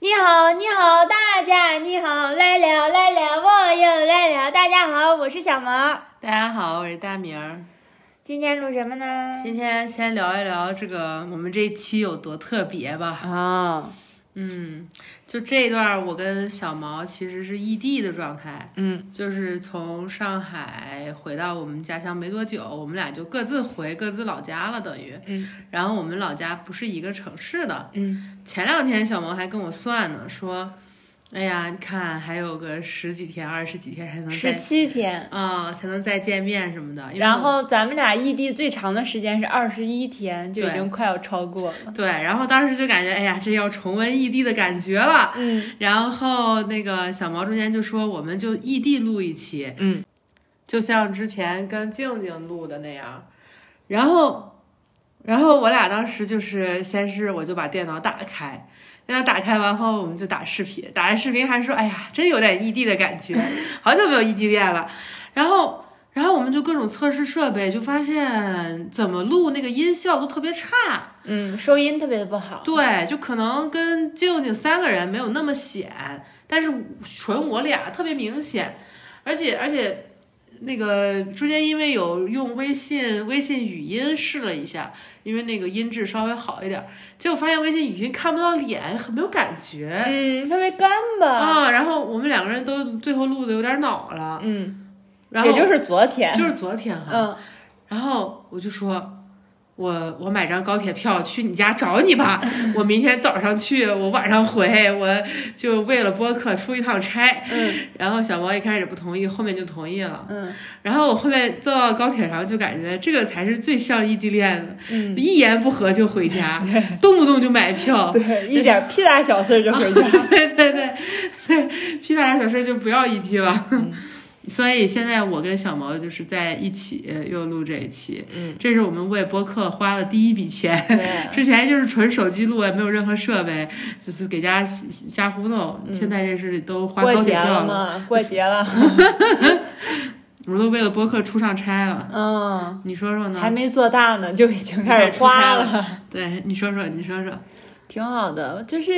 你好，你好，大家你好，来了来了，我又来了。大家好，我是小毛。大家好，我是大明儿。今天录什么呢？今天先聊一聊这个我们这一期有多特别吧。啊，嗯，就这一段儿我跟小毛其实是异地的状态，嗯，就是从上海回到我们家乡没多久，我们俩就各自回各自老家了，等于。嗯。然后我们老家不是一个城市的。嗯。前两天小毛还跟我算呢，说。哎呀，你看，还有个十几天、二十几天才能再十七天，啊、才能再见面什么的。因为然我后咱们俩异地最长的时间是二十一天，就已对经快要超过了。对，然后当时就感觉，哎呀，这要重温异地的感觉了。嗯然后那个小毛中间就说，我们就异地录一期，嗯，就像之前跟静静录的那样。然后，然后我俩当时就是，先是我就把电脑打开，电脑打开完后，我们就打视频，打完视频还说，哎呀，真有点异地的感觉， 好久没有异地恋了。然后。然后我们就各种测试设备，就发现怎么录那个音效都特别差，嗯，收音特别的不好。对，就可能跟静静三个人没有那么显，但是纯我俩特别明显，而且而且那个中间因为有用微信微信语音试了一下，因为那个音质稍微好一点儿，结果发现微信语音看不到脸，很没有感觉嗯，特别干吧。啊。然后我们两个人都最后录的有点恼了，嗯，然后也就是昨天。就是昨天哈、嗯，然后我就说，我我买张高铁票去你家找 你吧，我明天早上去，我晚上回，我就为了播客出一趟差。嗯然后小毛一开始不同意，后面就同意了。嗯然后我后面坐到高铁上，就感觉这个才是最像异地恋的，嗯，一言不合就回 家，动不动就买票。对，嗯一点屁大小事儿就回家。 对对对对，屁大点小事就不要一提了。嗯所以现在我跟小毛就是在一起呃又录这一期，嗯，这是我们为播客花的第一笔钱。对，之前就是纯手机录，也哎没有任何设备，就是给家瞎瞎胡弄。现在这是都花嗯过高铁节票了嘛，过节了。 我都为了播客出上差了。嗯。你说说呢还？没做大呢，就已经开始花开始出 了，对，你说说，你说说。挺好的。就是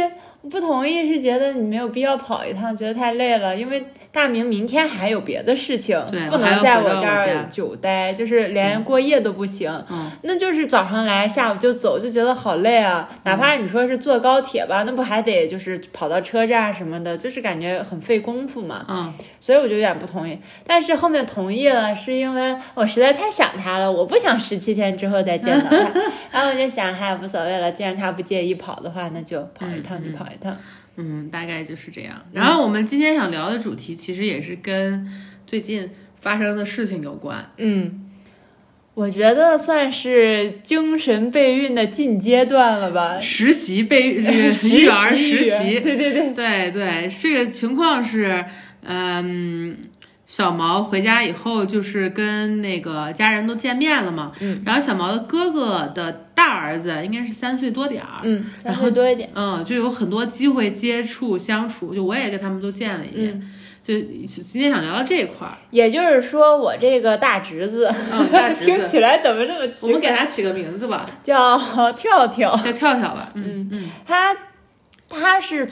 不同意是觉得你没有必要跑一趟，觉得太累了，因为大明明天还有别的事情对，不我还能要在回我到这我儿家久待，就是连过夜都不行。嗯，那就是早上来，下午就走，就觉得好累啊！哪怕你说是坐高铁吧，那不还得就是跑到车站什么的，就是感觉很费功夫嘛。嗯，所以我就有点不同意。但是后面同意了，是因为我实在太想他了，我不想十七天之后再见到 他。然后我就想，嗨，无所谓了，既然他不介意跑的话，那就跑一趟就跑一趟。嗯，大概就是这样。然后我们今天想聊的主题，其实也是跟最近发生的事情有关。嗯。我觉得算是精神备孕的进阶段了吧，实习被 这个实育儿习实习，对对对，对对，这个情况是，嗯，小毛回家以后就是跟那个家人都见面了嘛，嗯，然后小毛的哥哥的大儿子应该是三岁多点儿，嗯，然然后后多一点，嗯，就有很多机会接触相处，就我也跟他们都见了一面，嗯就今天想聊聊这一块儿，也就是说我这个大侄子，嗯，大侄 听子，起来怎么这么我奇们怪？哦给他起个名字吧，叫跳跳，叫跳跳吧，嗯嗯，他他是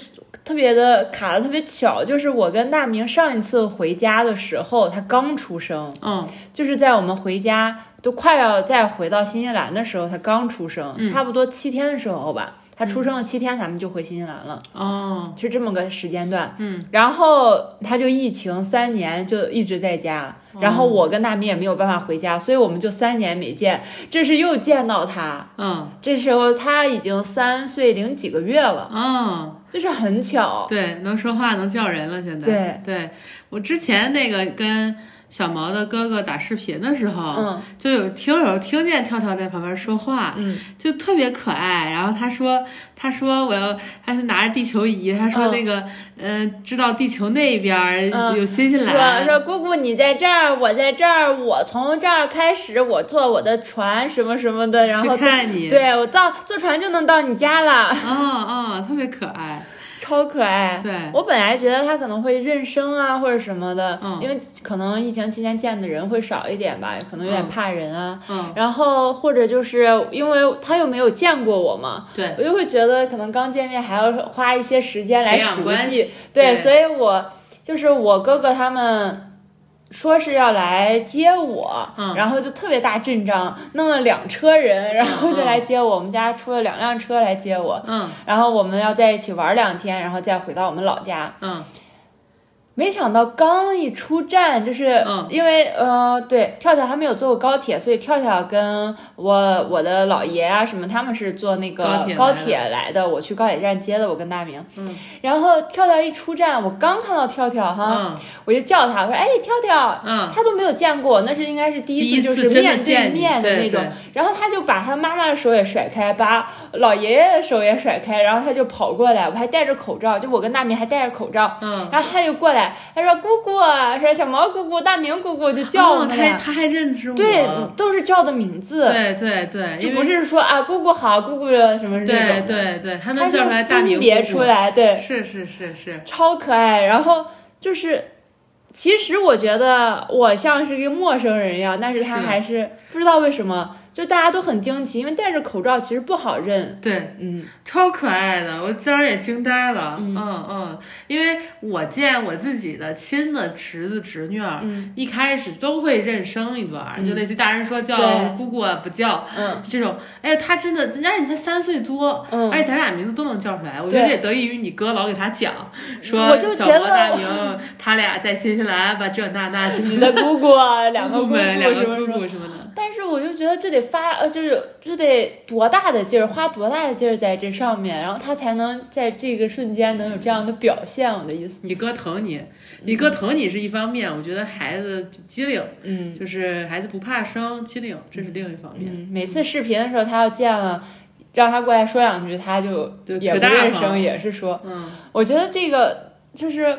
特别的卡的特别巧，就是我跟大明上一次回家的时候，他刚出生，嗯就是在我们回家都快要再回到新西兰的时候，他刚出生，差不多七天的时候吧。他出生了七天，咱们就回新西兰了，哦，是这么个时间段。嗯，然后他就疫情三年就一直在家，然后我跟大明也没有办法回家，所以我们就三年没见。这是又见到他，嗯这时候他已经三岁零几个月了。嗯。就是很巧，对，能说话能叫人了，现在。对，我之前那个跟小毛的哥哥打视频的时候，嗯就有听友听见跳跳在旁边说话，嗯，就特别可爱。然后他说，他说我要，他是拿着地球仪，他说嗯那个，嗯、知道地球那边儿嗯有新西说兰。说姑姑你在这儿，我在这儿，我从这儿开始，我坐我的船什么什么的，然后去看你，对我到坐船就能到你家了，嗯嗯，特别可爱， 超可爱。对，我本来觉得他可能会认生啊或者什么的，嗯因为可能疫情情期间见的人会少一点吧，可能有点怕人啊。嗯，然后或者就是因为他又没有见过我嘛，对，我就会觉得可能刚见面还要花一些时间来培养熟关悉，系，对，所以我就是我哥哥他们说是要来接我，嗯然后就特别大阵仗，弄了两车人，然后就来接我。我们家出了两辆车来接我，嗯然后我们要在一起玩两天，然后再回到我们老家。嗯没想到刚一出站，就是嗯因为、呃，对，跳跳还没有坐过高铁，所以跳跳跟我我的姥爷啊什么，他们是坐那个高铁来的高铁来的，我去高铁站接的，我跟大明。嗯，然后跳跳一出站，我刚看到跳跳哈，嗯我就叫他，我说：“哎，跳跳。”嗯，他都没有见过，那是应该是第第一次，就次是真的面对见你面的对那种对。然后他就把他妈妈的手也甩开，把老爷爷的手也甩开，然后他就跑过来，我还戴着口罩，就我跟大明还戴着口罩。嗯，然后他就过来，他说姑姑啊，说小毛姑姑、大明姑姑，就叫我哦们他还俩，他还认识我，对，都是叫的名字，对对对，就因不为是说啊姑姑好，姑姑什么那对种，对对，他他能就叫出来大分名别姑出姑，来，对，是是是是，超可爱。然后就是，其实我觉得我像是个陌生人一样，但是他是的还是不知道为什么，就大家都很惊奇，因为戴着口罩其实不好认，对，嗯超可爱的，我当时也惊呆了，嗯嗯嗯，因为我见我自己的亲的侄子侄女儿，嗯一开始都会认生一段儿，嗯就类似于大人说叫对姑姑啊，不叫嗯这种，哎呀，他真的，而且才三岁多。而嗯，且咱俩名字都能叫出来，我觉得对这也得益于你哥老给他讲，我说就小觉罗得大明他俩在新西兰啊把这那那什 么你的姑姑啊，两个姑姑姑姑们，两什个么什姑么。姑什么的，但是我就觉得这得发呃，就是这得多大的劲儿，花多大的劲儿在这上面，然后他才能在这个瞬间能有这样的表现。我的意思，你哥疼你，你哥疼你是一方面，我觉得孩子就机灵，嗯就是孩子不怕生，机灵，这是另一方面。嗯，每次视频的时候，他要见了，让他过来说两句，他就对，也可不大认方生，也是说，嗯，我觉得这个就是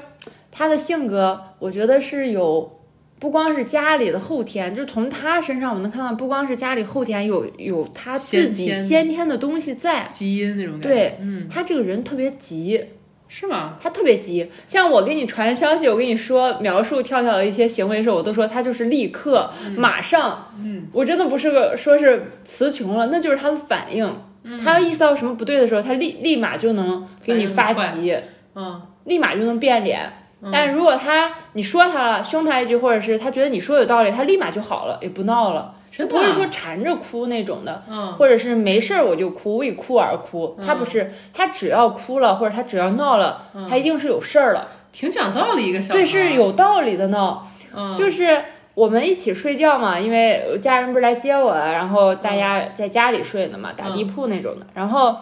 他的性格，我觉得是有不光是家里的后天，就是从他身上我能看到，不光是家里后天有有他自己先天的先天的东西在，基因那种感觉。对，嗯，他这个人特别急。是吗？他特别急，像我给你传消息，我跟你说描述跳跳的一些行为的时候，我都说他就是立刻、马上，嗯，我真的不是个说是词穷了，那就是他的反应。嗯他意识到什么不对的时候，他立立马就能给你发反应很急，嗯，立马就能变脸。嗯但如果他你说他了，凶他一句，或者是他觉得你说有道理，他立马就好了，也不闹了，真的不啊会说缠着哭那种的，嗯，或者是没事儿我就哭，为哭而哭。他不是，他只要哭了，或者他只要闹了，他一定是有事儿了，挺讲道理一嗯个小孩。对，是。有道理的闹。嗯，就是我们一起睡觉嘛，因为家人不是来接我了，然后嗯大家在家里睡的嘛，打地铺那种的。然后，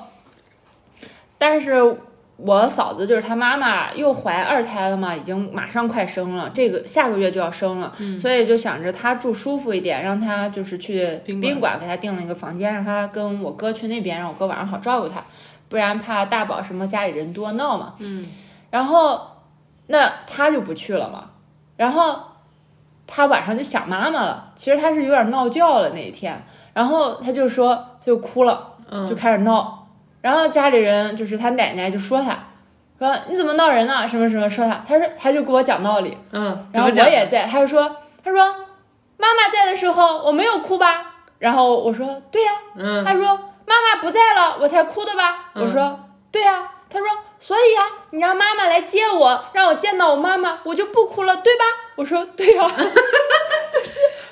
但是我嫂子就是她妈妈又怀二胎了嘛，已经马上快生了，这个下个月就要生了，嗯所以就想着她住舒服一点，让她就是去宾馆宾馆给她订了一个房间，让她跟我哥去那边，让我哥晚上好照顾她，不然怕大宝什么家里人多闹嘛。嗯，然后那他就不去了嘛。然后他晚上就想妈妈了，其实他是有点闹觉了那一天。然后他就说，他就哭了，嗯，就开始闹。然后家里人就是他奶奶就说他，说你怎么闹人呢、什么什么说他，他说他就给我讲道理，嗯，怎然后么我讲？也在，他就说，他说妈妈在的时候我没有哭吧？然后我说对呀、嗯，他说：“妈妈不在了，我才哭的吧？”嗯我说：“对呀、他说：“所以呀、你让妈妈来接我，让我见到我妈妈，我就不哭了，对吧？”我说：“对 呀、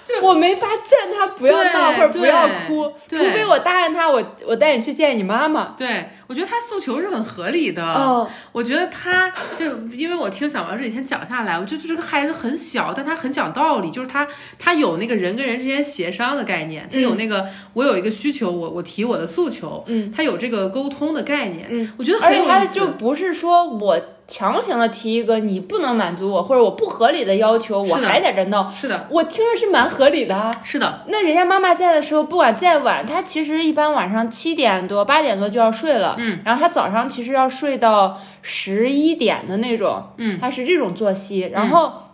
就是我没法劝他不要闹或对者不要对哭，除对非我答应他，我我带你去见你妈妈。对，我觉得他诉求是很合理的。嗯我觉得他就因为我听小王这几天讲下来，我觉得就这个孩子很小，但他很讲道理，就是他他有那个人跟人之间协商的概嗯念，他有那个、我有一个需求，我我提我的诉求，嗯，他有这个沟通的概念，嗯，我觉得而很有且意他思就不是说我强行的提一个你不能满足我或者我不合理的要求，我是的还在这闹，是的，我听着是蛮合理的啊。是的，那人家妈妈在的时候，不管再晚，她其实一般晚上七点多、八点多就要睡了。嗯，然后她早上其实要睡到十一点的那种。嗯，她是这种作息。然后，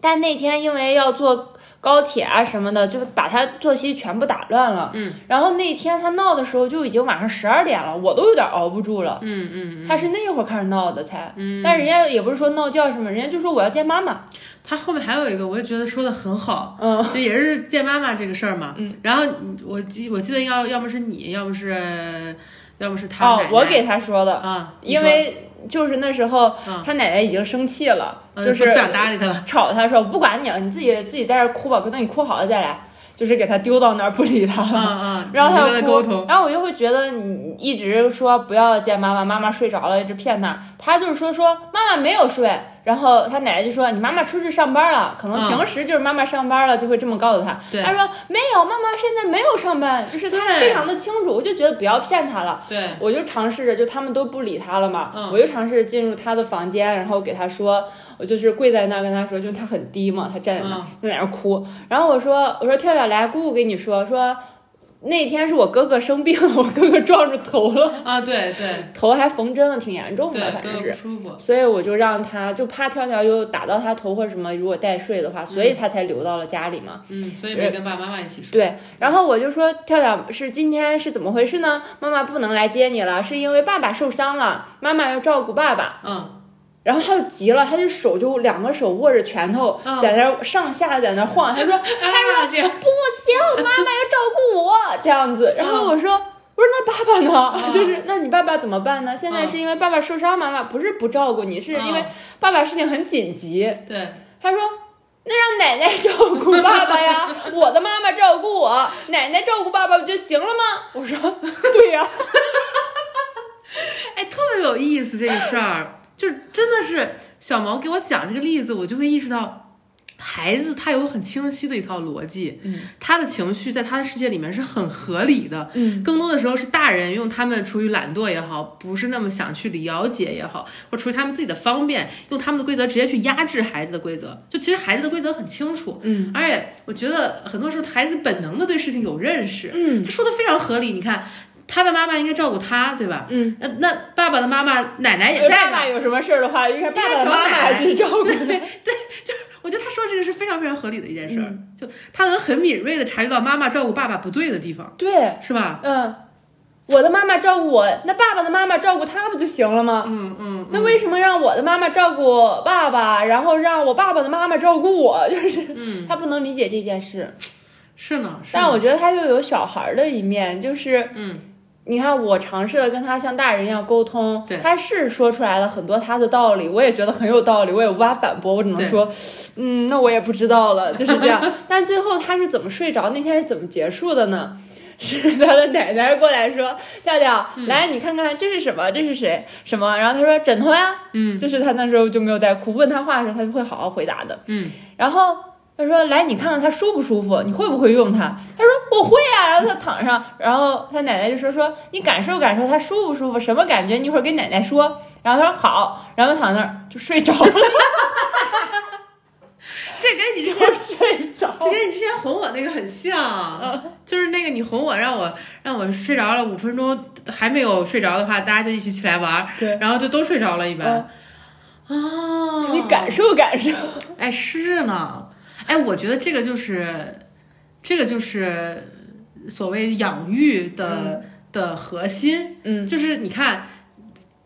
但那天因为要做高铁啊什么的，就把他作息全部打乱了。嗯，然后那天他闹的时候就已经晚上十二点了，我都有点熬不住了。嗯嗯，他是那会儿开始闹的才，但人家也不是说闹觉什么，人家就说我要见妈妈。他后面还有一个，我也觉得说的很好，嗯，就也是见妈妈这个事儿嘛。嗯，然后我记我记得要要么是你，要么是要么是他哦奶，奶我给他说的，啊，你因说为就是那时候他奶奶已经生气了，嗯就不是想搭理 他了。吵他说不管你了，你自己自己在这儿哭吧，等你哭好了再来，就是给他丢到那儿不理他了。 嗯嗯，然后你他跟又他哭沟通，然后我就会觉得你一直说不要见妈妈，妈妈睡着了，一直骗他。他就是说说妈妈没有睡，然后他奶奶就说你妈妈出去上班了，可能嗯平时就是妈妈上班了就会这么告诉他。对他说没有，妈妈现在没有上班，就是他对非常的清楚，我就觉得不要骗他了。对，我就尝试着，就他们都不理他了嘛，嗯我就尝试进入他的房间，然后给他说，我就是跪在那儿跟他说，就是他很低嘛，他站在那嗯儿、在那儿哭，然后我说我说跳跳来，姑姑跟你说说。那天是我哥哥生病了，我哥哥撞着头了，啊对对头还缝针了，挺严重的，对，反哥正是哥不。舒服，所以我就让他，就怕跳跳又打到他头或者什么，如果带睡的话，所以他才留到了家里嘛。嗯，所以没跟爸爸妈妈一起睡。对，然后我就说跳跳是今天是怎么回事呢？妈妈不能来接你了，是因为爸爸受伤了，妈妈要照顾爸爸。 嗯，然后他就急了，他就手就两个手握着拳头，嗯在那儿上下在那儿晃。 他说啊这样，不行，妈妈要照顾我这样子。然后我说。我说那爸爸呢？嗯就是那你爸爸怎么办呢？现在嗯是因为爸爸受伤，妈妈不是不照顾你，是因为爸爸事情很紧急。对，他说：“那让奶奶照顾爸爸呀，我的妈妈照顾我，奶奶照顾爸爸不就行了吗？”我说：“对呀、哎，特别有意思这个事儿，就真的是小毛给我讲这个例子，我就会意识到，孩子他有很清晰的一套逻辑，嗯，他的情绪在他的世界里面是很合理的，嗯，更多的时候是大人用他们出于懒惰也好，不是那么想去了解也好，或出于他们自己的方便，用他们的规则直接去压制孩子的规则，就其实孩子的规则很清楚，嗯，而且我觉得很多时候孩子本能的对事情有认识，嗯他说的非常合理，你看。他的妈妈应该照顾他，对吧？嗯呃那那爸爸的妈妈奶奶也哎在爸吧爸？有什么事儿的话，应该爸应爸该的找妈奶奶妈去照顾你。我觉得他说这个是非常非常合理的一件事儿，嗯就他能很敏锐的察觉到妈妈照顾爸爸不对的地方，对，是吧？嗯，我的妈妈照顾我，那爸爸的妈妈照顾他不就行了吗？嗯嗯，那为什么让我的妈妈照顾爸爸，然后让我爸爸的妈妈照顾我？就是，嗯他不能理解这件事。是呢，是呢但我觉得他又有小孩儿的一面，就是嗯。你看，我尝试了跟他像大人一样沟通对，他是说出来了很多他的道理，我也觉得很有道理，我也无法反驳，我只能对说，嗯，那我也不知道 了，就是这样。但最后他是怎么睡着，那天是怎么结束的呢？ 是他的奶奶过来说：“跳跳，嗯来，你看看这是什么？这是谁？什么？”然后他说：“枕头呀。”嗯，就是他那时候就没有带哭，问他话的时候，他就会好好回答的。嗯，然后他说：“来，你看看他舒不舒服，你会不会用它？”他说：“我会啊。”然后他躺上，然后他奶奶就说：“说你感受感受他舒不舒服，什么感觉？你一会儿跟奶奶说。”然后他说：“好。”然后躺那儿就睡着 了，这跟你之就 前，睡着。这跟你之前哄我那个很哦像，啊就是那个你哄我让我让我睡着了五分钟还没有睡着的话，大家就一起起来玩儿，对然后就都睡着了，一般。哦，你感受感受，哎，是呢，哎，我觉得这个就是，这个就是所谓养育的、的核心，嗯，就是你看。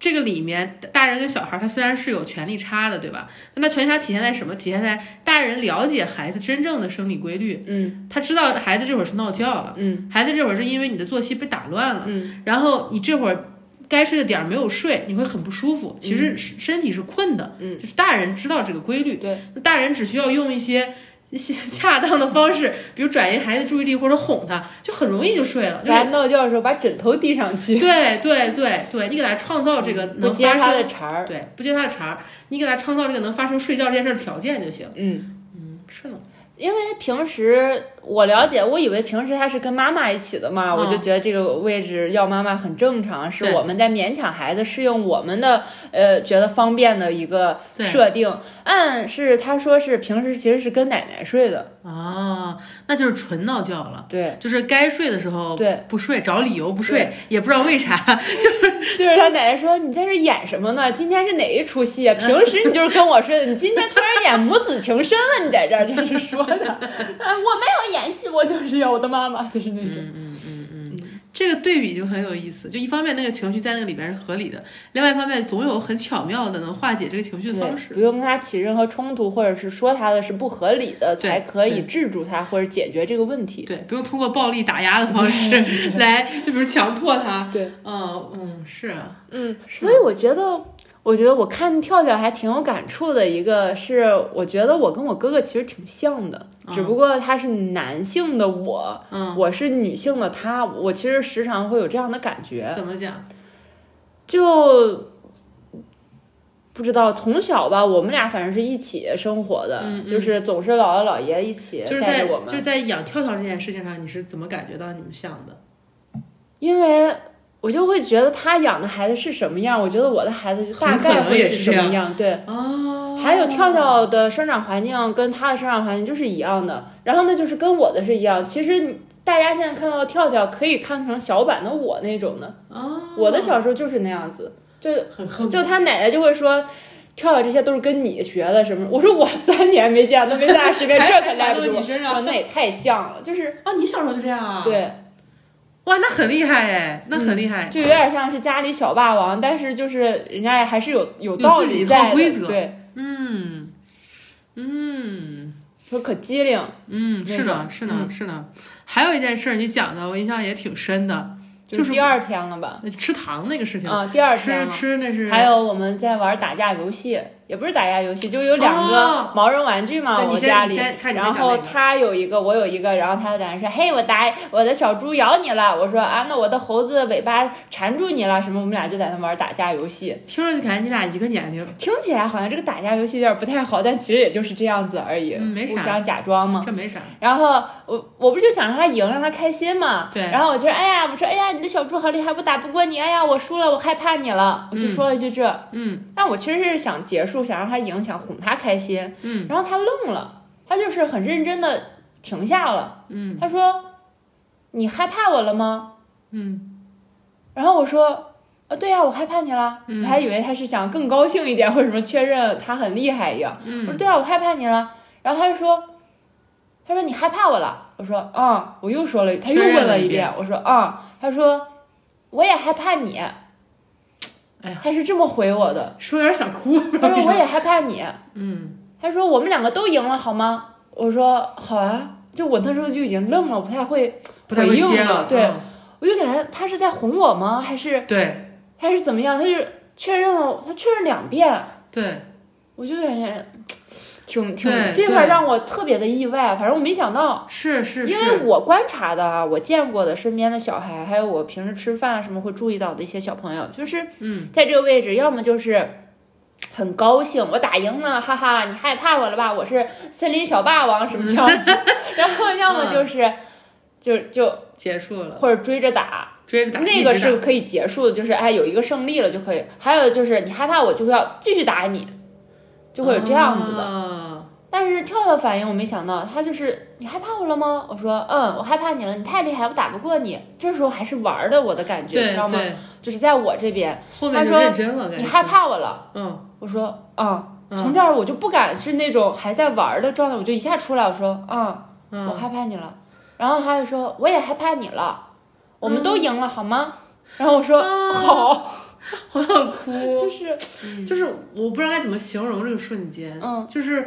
这个里面，大人跟小孩儿他虽然是有权利差的，对吧？那他权利差体现在什么？体现在大人了解孩子真正的生理规律，嗯他知道孩子这会儿是闹觉了，嗯孩子这会儿是因为你的作息被打乱了，嗯然后你这会儿该睡的点儿没有睡，你会很不舒服。其实是身体是困的，嗯就是大人知道这个规律，对，大人只需要用一些一些 恰当的方式，比如转移孩子注意力或者哄他，就很容易就睡了。就是咱闹觉的时候把枕头递上去，对对对对，你给他创造这个不能接嗯发他生，的茬儿。对，不接他的茬儿，你给他创造这个能发生睡觉这件事儿的条件就行。嗯。嗯，是呢，因为平时我了解，我以为平时他是跟妈妈一起的嘛，嗯我就觉得这个位置要妈妈很正常，是对我们在勉强孩子适应我们的呃觉得方便的一个对设定。按是他说是平时其实是跟奶奶睡的，啊，那就是纯闹觉了。 对，就是该睡的时候对不睡，找理由不睡，也不知道为啥。就是他奶奶说你在这演什么呢？今天是哪一出戏 啊？平时你就是跟我睡的，你今天突然演母子情深了，你在这儿这是说 的。啊，我没有演戏，我就是要我的妈妈，就是那种。嗯嗯这个对比就很有意思，就一方面那个情绪在那个里边是合理的，另外一方面总有很巧妙的能化解这个情绪的对，方式。不用跟他起任何冲突，或者是说他的是不合理的，对才可以制住他或者解决这个问题。对，不用通过暴力打压的方式 来，就比如强迫他。对，嗯嗯，是啊，嗯，是所以我觉得，我觉得我看跳跳还挺有感触的。一个是，我觉得我跟我哥哥其实挺像的，只不过他是男性的我，嗯，我是女性的他。我其实时常会有这样的感觉，怎么讲？就。不知道从小吧，我们俩反正是一起生活的，嗯嗯就是总是姥姥姥爷一起就是带在着我们，就是在养跳跳这件事情上，你是怎么感觉到你们像的？因为我就会觉得他养的孩子是什么样，我觉得我的孩子就大概会什么很可能也是这样。对，哦还有跳跳的生长环境跟他的生长环境就是一样的，然后呢就是跟我的是一样。其实你大家现在看到跳跳，可以看成小版的我那种的，哦，我的小时候就是那样子，就很恨就他奶奶就会说。跳跳这些都是跟你学的什么？我说我三年没见都没咱俩识别，这可赖不到住 你。身上啊，那也太像了，就是啊！你小时候就这样啊？，对，嗯哇，那很厉害哎，那很厉害。就有点像是家里小霸王，但是就是人家还是有有道有自己理一套在的，规则对，嗯嗯说可机灵，嗯，是那的，是的，是的。还有一件事儿你讲的，我印象也挺深的，就是是第二天了吧？吃糖那个事情。啊，第二天吃了。吃那是还有我们在玩打架游戏，也不是打架游戏，就有两哦个毛绒玩具嘛，对你我先家你里先看。你先然讲那后个他有一个，我有一个，然后他就在那说：“嘿，我打我的小猪咬你了。”我说：“啊，那我的猴子尾巴缠住你了。”什么？我们俩就在那玩打架游戏。听着就感觉你俩一个年龄，听起来好像这个打架游戏有点不太好，但其实也就是这样子而已，嗯没互啥相假装嘛。这没啥。然后我我不是就想让他赢，让他开心嘛。对然后我就说，哎呀，我说，哎呀，你的小猪好厉害，我打不过你，哎呀，我输了，我害怕你了，我就说了一句这。嗯但我其实是想结束，想让他赢，想哄他开心。嗯然后他愣了，他就是很认真的停下了。嗯他说：“你害怕我了吗嗯，？”然后我说：“啊，对呀、我害怕你了。嗯我还以为他是想更高兴一点，或者什么确认他很厉害一样。我说对啊，我害怕你了。然后他就说，他说你害怕我了。我说嗯，我又说了，他又确认问了了一一遍遍。我说嗯，他说我也害怕你。哎呀他是这么回我的。说有点想哭，不知道他为说 啥我也害怕你。嗯他说我们两个都赢了好吗？我说好啊。就我那时候就已经愣了，我不太会，不太会回应接了了。对嗯我就感觉他是在哄我吗？还是对还是怎么样？他就确认了，他确认两遍，对，我就感觉挺挺对这对块让我特别的意外，反正我没想到。是是哦因为是，我观察的啊，我见过的身边的小孩，还有我平时吃饭啊什么会注意到的一些小朋友，就是嗯在这个位置，要么就是很高兴，我打赢了，哈哈，你害怕我了吧？我是森林小霸王嗯什么这样 子，然后要么就是。就就结束了，或者追着打，追着打那一个直打是可以结束的，就是哎有一个胜利了就可以。还有就是你害怕我，就要继续打你，就会有这样子的。啊的。但是跳跳反应我没想到，他就是你害怕我了吗？我说嗯，我害怕你了，你太厉害，我打不过你。这时候还是玩儿的，我的感觉，你对知道吗？对，就是在我这边，后面他就说认真了，感觉你害怕我了。嗯我说嗯，从嗯这儿我就不敢是那种还在玩儿的状态，我就一下出来，我说嗯， 嗯我害怕你了。然后他就说我也害怕你了，我嗯们都赢了、好吗？然后我说、好，我要哭，就是就是我不知道该怎么形容这个瞬间，嗯，就是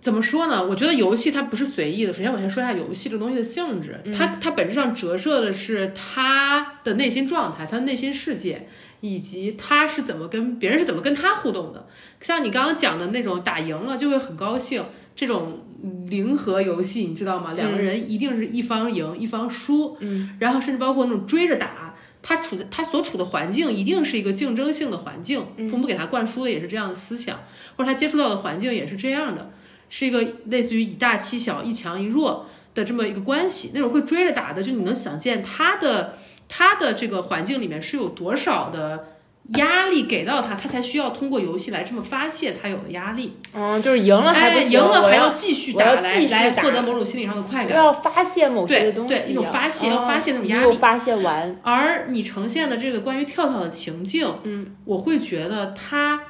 怎么说呢？我觉得游戏它不是随意的。首先，我先说一下游戏这个东西的性质，它它本质上折射的是他的内心状态，他的内心世界。以及他是怎么跟别人是怎么跟他互动的，像你刚刚讲的那种打赢了就会很高兴，这种零和游戏你知道吗？两个人一定是一方赢一方输，嗯，然后甚至包括那种追着打，他处在他所处的环境一定是一个竞争性的环境，父母给他灌输的也是这样的思想，或者他接触到的环境也是这样的，是一个类似于以大欺小、一强一弱的这么一个关系。那种会追着打的，就你能想见他的他的这个环境里面是有多少的压力给到他，他才需要通过游戏来这么发泄他有的压力。嗯，就是赢了还不哎，行，赢了我还要继续我要打，来继续来打获得某种心理上的快我感。要发泄某些对的东西对啊，一种发泄要发泄那种压没有力发泄 完，而你呈现的这个关于跳跳的情境，嗯，我会觉得他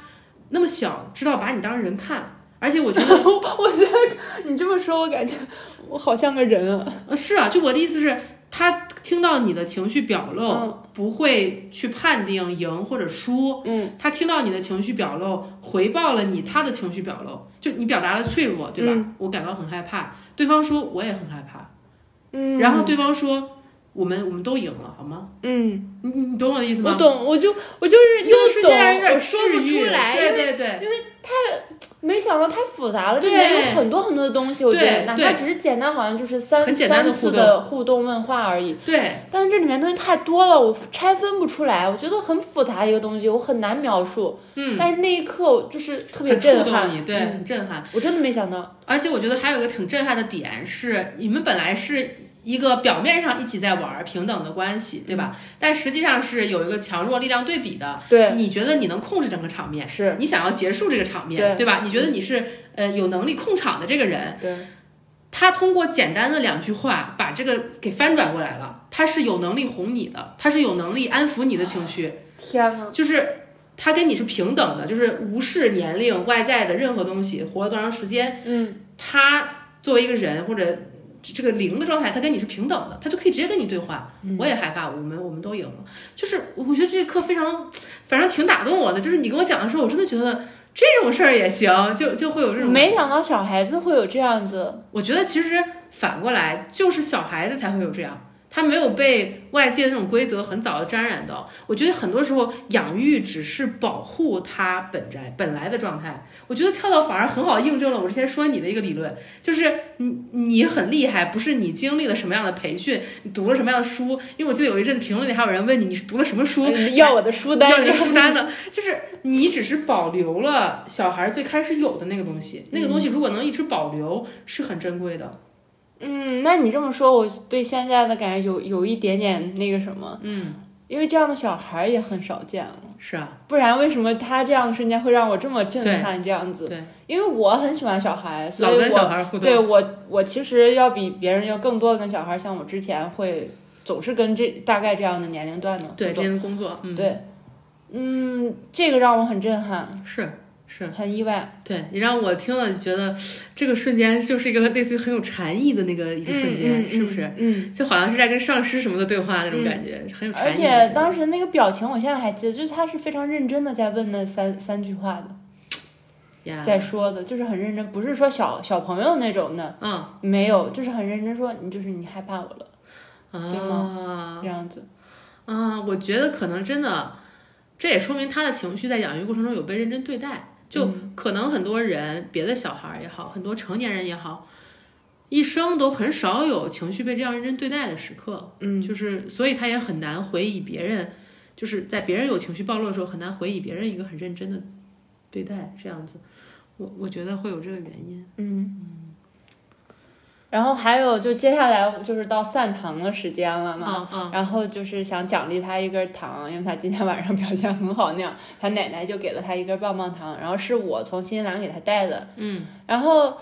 那么小，知道把你当人看，而且我觉 得我觉得你这么说，我感觉我好像个人啊。呃是啊，就我的意思是，他听到你的情绪表露，嗯不会去判定赢或者输，嗯，他听到你的情绪表露，回报了你他的情绪表露，就你表达了脆弱，对吧？我感到很害怕，对方说我也很害怕，嗯然后对方说我们我们都赢了，好吗？嗯，你你你懂我的意思我吗？懂，我就我就是又又是懂这样有，点我说不治愈出来，因对为对对。没想到太复杂了，这里对面有很多很多的东西，我觉对得哪怕对只是简单，好像就是三很简单的三次互动的互动问话而已，对，但是这里面东西太多了，我拆分不出来，我觉得很复杂的一个东西，我很难描述。嗯，但是那一刻我就是特别很触震撼，动你，对，嗯很震撼。我真的没想到，而且我觉得还有一个挺震撼的点是，你们本来是一个表面上一起在玩儿平等的关系，对吧？但实际上是有一个强弱力量对比的。嗯对，你觉得你能控制整个场面，是，你想要结束这个场面，对吧？你觉得你是呃有能力控场的这个人，对，他通过简单的两句话把这个给翻转过来了，他是有能力哄你的，他是有能力安抚你的情绪，天啊呐，就是他跟你是平等的，就是无视年龄、外在的任何东西，活了多长时间，嗯，他作为一个人或者这个零的状态，他跟你是平等的，他就可以直接跟你对话。嗯我也害怕，我们我们都赢了。就是我觉得这课非常，反正挺打动我的。就是你跟我讲的时候，我真的觉得这种事儿也行，就就会有这种。没想到小孩子会有这样子，我觉得其实反过来就是小孩子才会有这样，他没有被外界的那种规则很早的沾染到。我觉得很多时候养育只是保护他本来本来的状态。我觉得跳跳反而很好印证了我之前说你的一个理论，就是你你很厉害，不是你经历了什么样的培训，你读了什么样的书。因为我记得有一阵评论里还有人问你你是读了什么书，呃要我的书单，要你的书单的，就是你只是保留了小孩最开始有的那个东西，那个东西如果能一直保留是很珍贵的。 嗯，那你这么说，我对现在的感觉有有一点点那个什么，嗯，因为这样的小孩儿也很少见了。是啊，不然为什么他这样的瞬间会让我这么震撼？这样子，对，因为我很喜欢小孩，所老以跟小我孩互动，对我我其实要比别人要更多的跟小孩儿，像我之前会总是跟这大概这样的年龄段的互对这动，些工作，嗯，对，嗯，这个让我很震撼，是是，很意外，对你让我听了觉得这个瞬间就是一个类似于很有禅意的那个一个瞬间，嗯是不是？？嗯。嗯就好像是在跟上师什么的对话那种感觉，很有禅嗯意。而且当时那个表情，我现在还记得，就是他是非常认真的在问那三三句话的。呀，在说的，就是很认真，不是说小小朋友那种的，嗯没有，就是很认真说，你就是你害怕我了对啊这样子。啊，我觉得可能真的，这也说明他的情绪在养育过程中有被认真对待。就嗯可能很多人，别的小孩儿也好，很多成年人也好，一生都很少有情绪被这样认真对待的时刻。嗯，就是所以他也很难回忆别人，就是在别人有情绪暴露的时候，很难回忆别人一个很认真的对待这样子。我我觉得会有这个原因。然后还有就接下来就是到散糖的时间了嘛，啊啊然后就是想奖励他一根糖，因为他今天晚上表现很好那样，他奶奶就给了他一根棒棒糖，然后是我从新西兰给他带的，嗯，然后。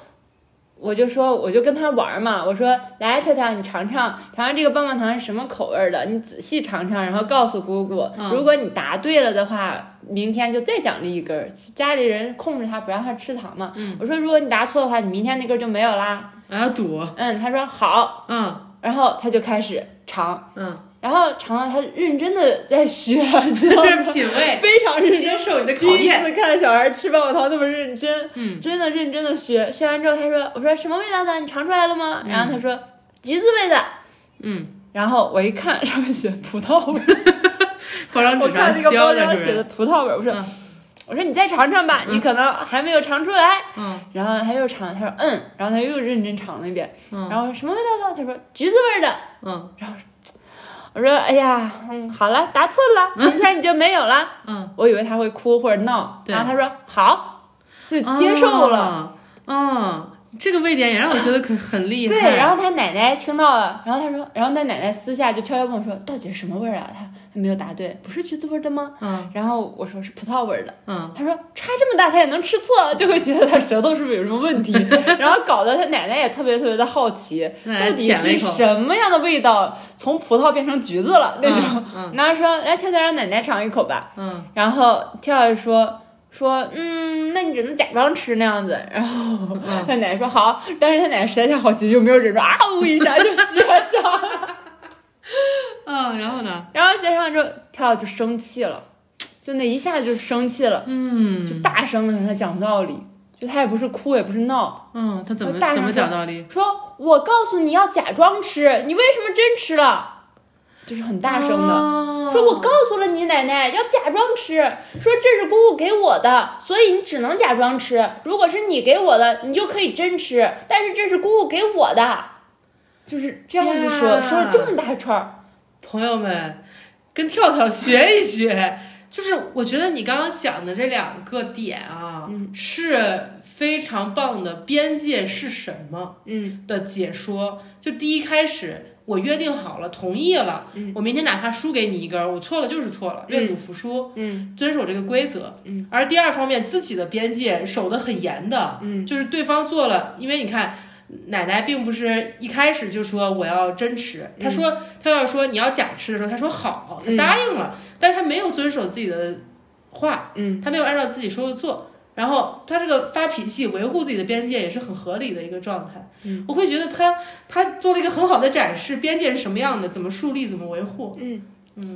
我就说，我就跟他玩嘛，我说来，跳跳，你尝尝，尝尝这个棒棒糖是什么口味儿的，你仔细尝尝，然后告诉姑姑，嗯如果你答对了的话，明天就再奖励一根儿。家里人控制他不让他吃糖嘛，我说如果你答错的话，你明天那根儿就没有啦。啊！要赌，嗯，他说好，嗯然后他就开始尝， 嗯，然后尝了，他认真的在学，你知道这吗？ 是 品味，非常认真。接受你的考第一验。次看小孩吃棒棒糖那么认真，嗯，真的认真的学。学完之后，他说：“我说什么味道的？你尝出来了吗？”然后他说：“橘子味的。”嗯，然后我一看上面写葡萄 味儿， 包装我纸看上这个标包的装是写不的是？葡萄味儿，我说嗯：“我说你再尝尝吧，你可能还没有尝出来。”嗯然后他又尝，他说：“嗯。”然后他又认真尝了一遍，嗯然后我说什么味道的？他说：“橘子味儿的。”嗯我说，哎呀，嗯，好了，答错 了，明天你就没有了。嗯，我以为他会哭或者闹，对哦然后他说好，就接受了。啊。嗯这个位点也让我觉得可很厉害。对，然后他奶奶听到了，然后他说，然后他奶奶私下就悄悄问我说，到底是什么味儿啊？他他没有答对，不是橘子味儿的吗？嗯然后我说是葡萄味儿的。嗯，他说差这么大他也能吃错，就会觉得他舌头是不是有什么问 题，然后搞得他奶奶也特别特别的好奇，奶奶到底舔了一是口什么样的味道从葡萄变成橘子了那种。嗯然后说来跳跳让奶奶尝一口吧，嗯然后跳跳说说嗯，那你只能假装吃那样子。然后嗯他奶奶说好，但是他奶奶实在太好奇，就没有忍住啊呜一下就学上 了，嗯，然后呢？然后学上之后跳跳就生气了，就那一下就生气了。嗯就大声的跟他讲道理，就他也不是哭也不是闹，嗯，他怎么大声怎么说讲道理？说我告诉你要假装吃，你为什么真吃了？就是很大声的。的说，我告诉了你奶奶要假装吃，说这是姑姑给我的，所以你只能假装吃。如果是你给我的，你就可以真吃，但是这是姑姑给我的，就是这样子说呀说了这么大串儿。朋友们，跟跳跳学一学。就是我觉得你刚刚讲的这两个点啊，是非常棒的。边界是什么嗯的解说？就第一开始我约定好了，同意了，嗯我明天哪怕输给你一根儿，我错了就是错了，愿赌服输。嗯遵守这个规则。嗯，而第二方面，自己的边界守得很严的，嗯，就是对方做了，因为你看。奶奶并不是一开始就说我要真吃，她说她要说你要假吃的时候，她说好，她嗯答应了，但是她没有遵守自己的话，嗯她没有按照自己说的做，然后她这个发脾气、维护自己的边界也是很合理的一个状态。嗯，我会觉得她她做了一个很好的展示，边界是什么样的，怎么树立，怎么维护，嗯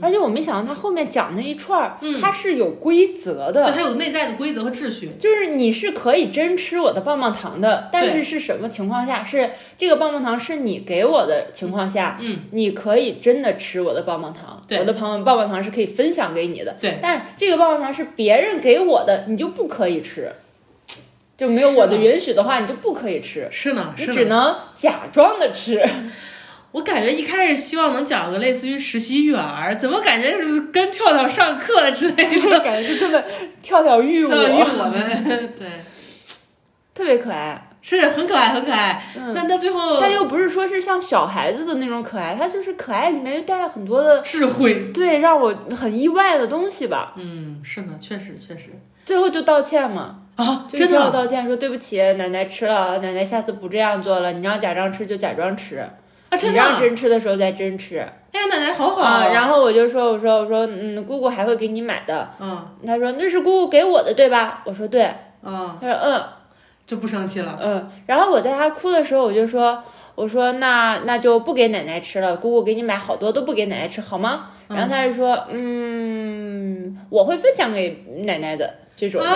而且我没想到他后面讲那一串儿，嗯他是有规则的对，，她有内在的规则和秩序。就是你是可以真吃我的棒棒糖的，但对是是什么情况下？是这个棒棒糖是你给我的情况下，嗯，你可以真的吃我的棒棒糖，对我的棒棒棒糖是可以分享给你的，对。但这个棒棒糖是别人给我的，你就不可以吃，就没有我的是的允许的话，你就不可以吃，嗯是呢，你是呢。只能假装的吃。 我感觉一开始希望能讲个类似于实习育儿，怎么感觉就是跟跳跳上课了之类 的，感觉就根本跳跳欲跳舞，跳育 我们，对，特别可爱。是很可爱，很可爱。嗯，那那最后它又不是说是像小孩子的那种可爱，它就是可爱里面又带了很多的。智慧，对，让我很意外的东西吧。嗯，是呢，确实确实最后就道歉嘛，啊，就 真是最后的，道歉说对不起，奶奶吃了，奶奶下次不这样做了。你让假装吃就假装吃，啊，真你的，让真吃的时候再真吃哎呀，奶奶好好啊。啊，然后我就说，我说我说，嗯，姑姑还会给你买的。嗯他说那是姑姑给我的，对吧？我说对。嗯，他说嗯就不生气了，嗯。然后我在他哭的时候，我就说。我说那那就不给奶奶吃了，姑姑给你买好多都不给奶奶吃好吗？然后他就说，嗯，我会分享给奶奶的这种的。啊，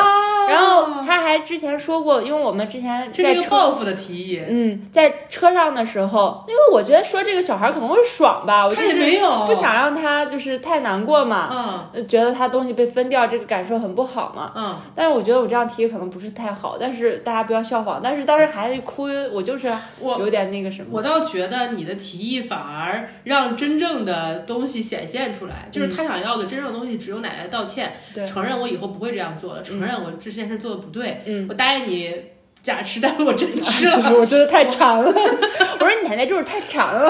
然后他还之前说过，因为我们之前这在是一个车，报复的提议，嗯，在车上的时候，因为我觉得说这个小孩可能会爽吧，我就他也是没有不，想让他就是太难过嘛，嗯呃觉得他东西被分掉这个感受很不好嘛。嗯，但是我觉得我这样提议可能不是太好，但是大家不要效仿。但是当时孩子一哭，我就是我有点那个什么，我倒觉得你的提议反而让真正的东西显现出来，就是他想要的真正的东西，只有奶奶道歉，嗯对承认我以后不会这样做了，承认我这件事做的不对，嗯，我答应你假吃，但是我真吃 了。我真的太馋了。我说你奶奶就是太馋了，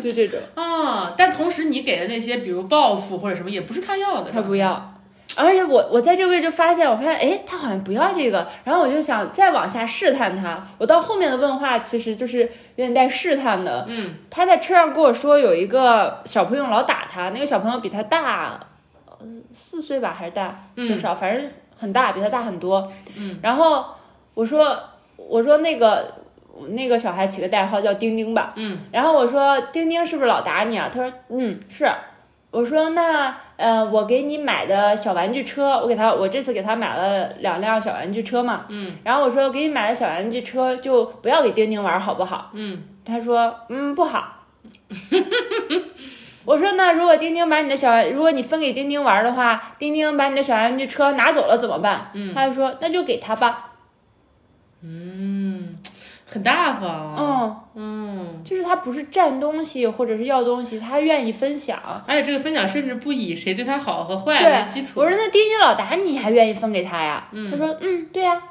就这种。啊！但同时，你给的那些，比如报复或者什么，也不是他要的。他不要。而且我我在这个位置就发现，我发现哎，他好像不要这个，然后我就想再往下试探他。我到后面的问话其实就是有点带试探的。嗯，他在车上跟我说有一个小朋友老打他，那个小朋友比他大，呃，四岁吧还是大多嗯少，反正很大，比他大很多。嗯，然后我说我说那个那个小孩起个代号叫丁丁吧。嗯，然后我说丁丁是不是老打你啊？他说嗯是。我说那呃我给你买的小玩具车，我给他我这次给他买了两辆小玩具车嘛。嗯，然后我说给你买的小玩具车就不要给丁丁玩好不好？嗯，他说嗯不好。 我说那如果丁丁把你的小玩，如果你分给丁丁玩的话，丁丁把你的小玩具车拿走了怎么办？嗯他就说那就给他吧。很大方。嗯，嗯，就是他不是占东西或者是要东西，他愿意分享。啊而且这个分享甚至不以谁对他好和坏对为基础。嗯我说那丁丁老打你还愿意分给他呀？他说嗯，对呀、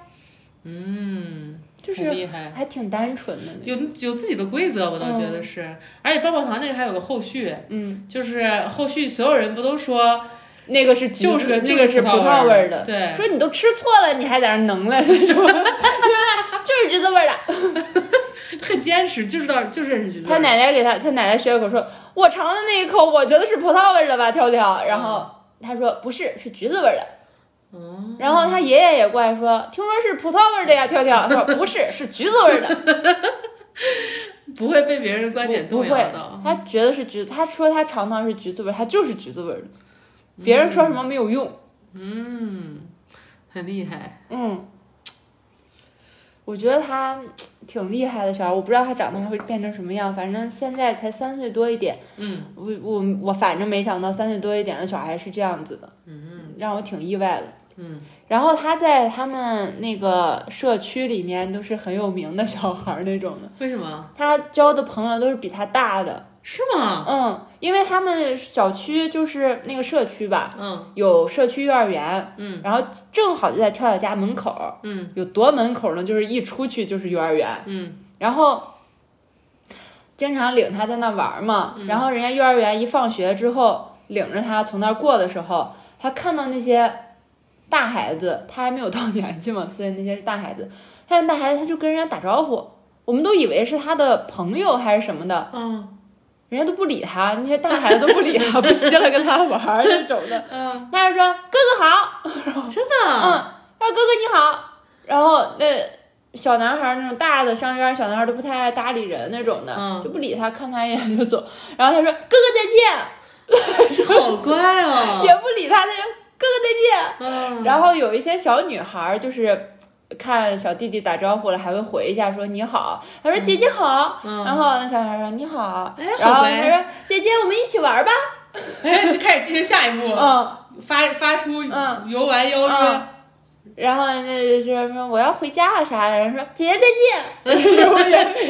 嗯，就挺是厉害，还挺单纯的那种。有有自己的规则，我倒觉得是。而且棒棒糖那个还有个后续，嗯，就是后续所有人不都说那个是橘就子是个那个就是葡葡萄萄味味儿儿的，的对说你都吃错了，你还在那儿能了，那种， 就是橘子味儿的。很坚持，就是到就是认识橘子味他儿，奶奶给他，他奶奶学口说，我尝了那一口，我觉得是葡萄味儿的吧，挑挑。然后他说不是，是橘子味儿的。哦然后他爷爷也过来说，听说是葡萄味儿的呀，挑挑。他说不是，是橘子味儿的。不会被别人的观点不动不摇会到。他觉得是橘，他说他尝尝是橘子味儿，他就是橘子味儿的。别人说什么没有用。嗯，很厉害。嗯，我觉得他挺厉害的小孩，我不知道他长大会变成什么样，反正现在才三岁多一点，嗯我我我反正没想到三岁多一点的小孩是这样子的，嗯让我挺意外的。嗯，然后他在他们那个社区里面都是很有名的小孩儿那种的，为什么？他交的朋友都是比他大的，是吗？嗯，因为他们小区就是那个社区吧，嗯有社区幼儿园，嗯然后正好就在跳跳家门口，嗯有多门口呢？就是一出去就是幼儿园，嗯然后经常领他在那玩嘛。嗯然后人家幼儿园一放学之后，领着他从那儿过的时候，他看到那些大孩子，他还没有到年纪嘛，所以那些是大孩子。看见大孩子，他就跟人家打招呼，我们都以为是他的朋友还是什么的，嗯人家都不理他，那些大孩子都不理他，不稀了跟他玩儿那种的。嗯，他就说：“哥哥好。”真的。嗯，他说哥哥你好，然后那小男孩儿那种大的上幼儿园小男孩儿都不太爱搭理人那种的，嗯就不理他，看他一眼就走。然后他说哥哥好乖再 哦。见，也不理他，他就哥哥再见。嗯然后有一些小女孩儿就是。看小弟弟打招呼了，还会回一下说你好。他说姐姐好，嗯然后那小女孩说你好，哎然好后乖他说姐姐我们一起玩吧。哎，就开始进行下一步，嗯，发发出嗯游玩邀约，然后那就是说我要回家了啥的，然后说姐姐再见。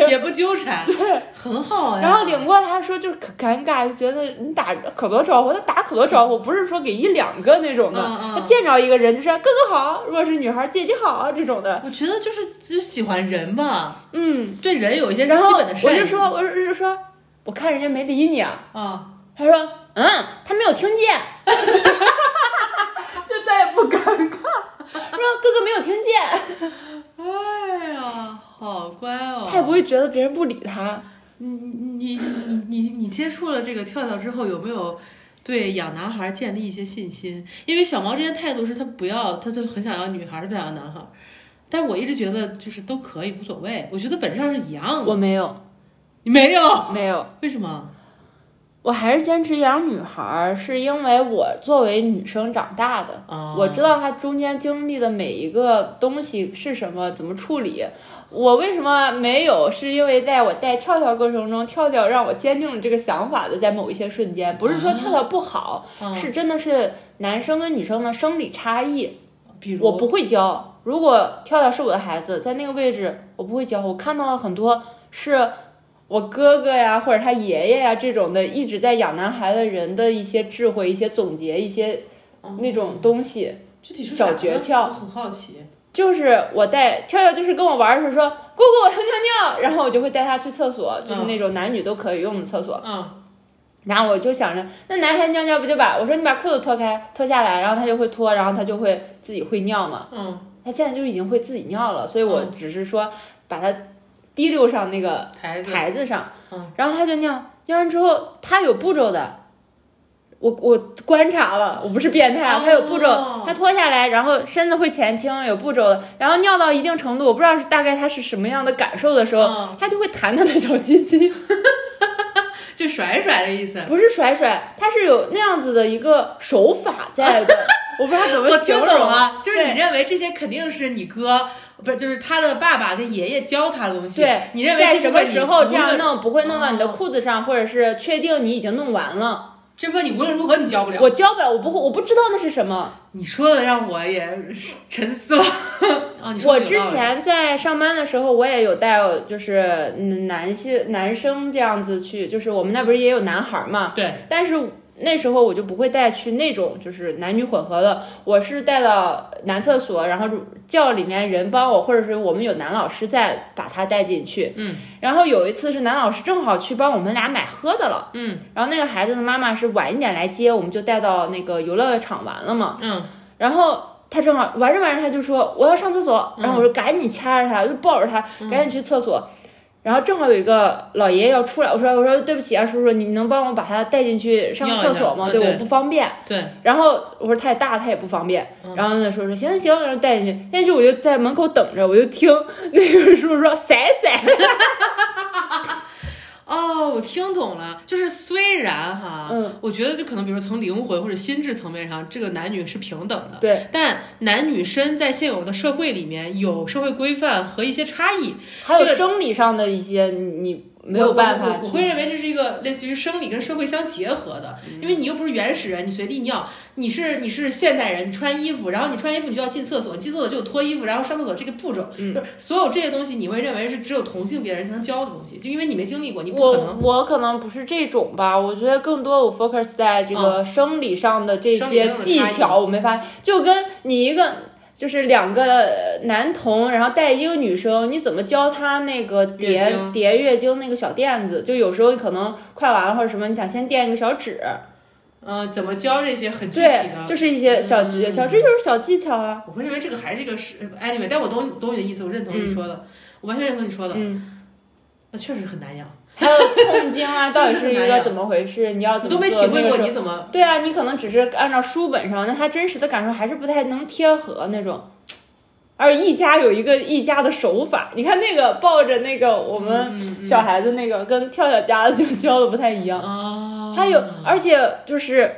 也不纠缠，很好嗯呀。然后领过他说就是可尴尬，就觉得你打可多招呼，他打可多招呼，不是说给一两个那种的，嗯嗯他见着一个人就是哥哥好，如果是女孩姐姐好这种的，我觉得就是就喜欢人吧，嗯。对人有一些基然后本的我善意。就说，我就说，我看人家没理你啊，啊，他说，嗯，他没有听 见，就再也不尴尬，说哥哥没有听见，哎呀，好乖哦！他也不会觉得别人不理他。你你你你你接触了这个跳跳之后，有没有对养男孩建立一些信心？因为小毛之前态度是他不要，他就很想要女孩，他不想要男孩。但我一直觉得就是都可以，无所谓。我觉得本质上是一样的。我没有，你没有？没有，为什么？我还是坚持养女孩儿，是因为我作为女生长大的，啊我知道她中间经历的每一个东西是什么，怎么处理。我为什么没有？是因为在我带跳跳过程中，跳跳让我坚定了这个想法的，在某一些瞬间，不是说跳跳不好，啊是真的是男生跟女生的生理差异。比如我不会教，如果跳跳是我的孩子，在那个位置我不会教。我看到了很多是我哥哥呀，或者他爷爷呀这种的，一直在养男孩的人的一些智慧、一些总结、一些哦那种东西。具体是小啥呢诀窍我很好奇。就是我带跳跳，就是跟我玩儿的时候说“姑姑，我要尿尿”，然后我就会带他去厕所，就是那种男女都可以用的厕所。嗯然后我就想着，那男孩尿尿不就把我说你把裤子脱开脱下来，然后他就会脱，然后他就会自己会尿嘛。嗯，他现在就已经会自己尿了，所以我嗯只是说把他滴溜上那个台子台子上嗯，然后他就尿，尿完之后他有步骤的。我我观察了，我不是变态啊，哦他有步骤，他脱下来，然后身子会前倾，有步骤的，然后尿到一定程度，我不知道是大概他是什么样的感受的时候，嗯他就会弹他的小鸡鸡， 就甩甩的意思。不是甩甩，他是有那样子的一个手法在 的，我不知道怎么我形听容啊懂了，啊就是对你认为这些肯定是你哥，不是就是他的爸爸跟爷爷教他的东西。对，你认为在这什部分么你时候这无样论？嗯弄不会弄到你的裤子上，或者是确定你已经弄完了？这部分你无论如何你教不了。我教不了，我不会，我不知道那是什么。你说的让我也沉思了。 哦，你说我的有之道理前在上班的时候，我也有带就是嗯男性男生这样子去，就是我们那不是也有男孩儿嘛，对但是。那时候我就不会带去那种就是男女混合的，我是带到男厕所，然后叫里面人帮我，或者是我们有男老师在把他带进去。嗯，然后有一次是男老师正好去帮我们俩买喝的了。嗯，然后那个孩子的妈妈是晚一点来接，我们就带到那个游乐场玩了嘛。嗯，然后。他正好玩着玩着，他就说我要上厕嗯所，然后我就赶紧掐着他，就抱着他，赶紧去厕所。然后正好有一个老爷爷要出来，我说我说对不起啊，叔叔，你能帮我把他带进去上个厕所吗？尿一下对，嗯我不方便。对，然后我说太大，他也不方便。嗯然后那叔叔说行行行，然后带进去。但是我就在门口等着，我就听那个叔叔说 塞塞，哦，我听懂了，就是虽然哈，嗯，我觉得就可能，比如从灵魂或者心智层面上，这个男女是平等的，对，但男女身在现有的社会里面有社会规范和一些差异，还有这个生理上的一些你你没有我办法我我我会去。认为这是一个类似于生理跟社会相结合的，嗯因为你又不是原始人，你随地尿，你是你是现代人，你穿衣服，然后你穿衣服你就要进厕所，你进厕所就有脱衣服，然后上厕所这个步骤，嗯就是所有这些东西，你会认为是只有同性别人才能教的东西，就因为你没经历过，你不可我能。我可能不是这种吧，我觉得更多我 focus 在这个生理上的这嗯生理上些的技差异巧，我没发，就跟你一个就是两个呃男童，然后带一个女生，你怎么教她那个月叠经叠月经那个小垫子？就有时候你可能快完了或者什么，你想先垫一个小纸，呃，怎么教这些很具体对，的。嗯就是一些小诀窍，这就是小技巧 啊。我会认为这个还是一个是 anyway，但我懂懂你的意思，我认同你说的，我完全认同你说的。嗯，那确实很难养，还有痛经啊，到底是一真的很个难怎么回事？你要我怎么都没做体会那个过时候你怎么。对啊，你可能只是按照书本上，那他真实的感受还是不太能贴合那种。而一家有一个一家的手法，你看那个抱着那个我嗯们小孩子那个，跟跳跳家的就教的不太一样。哦，嗯还有，而且就是，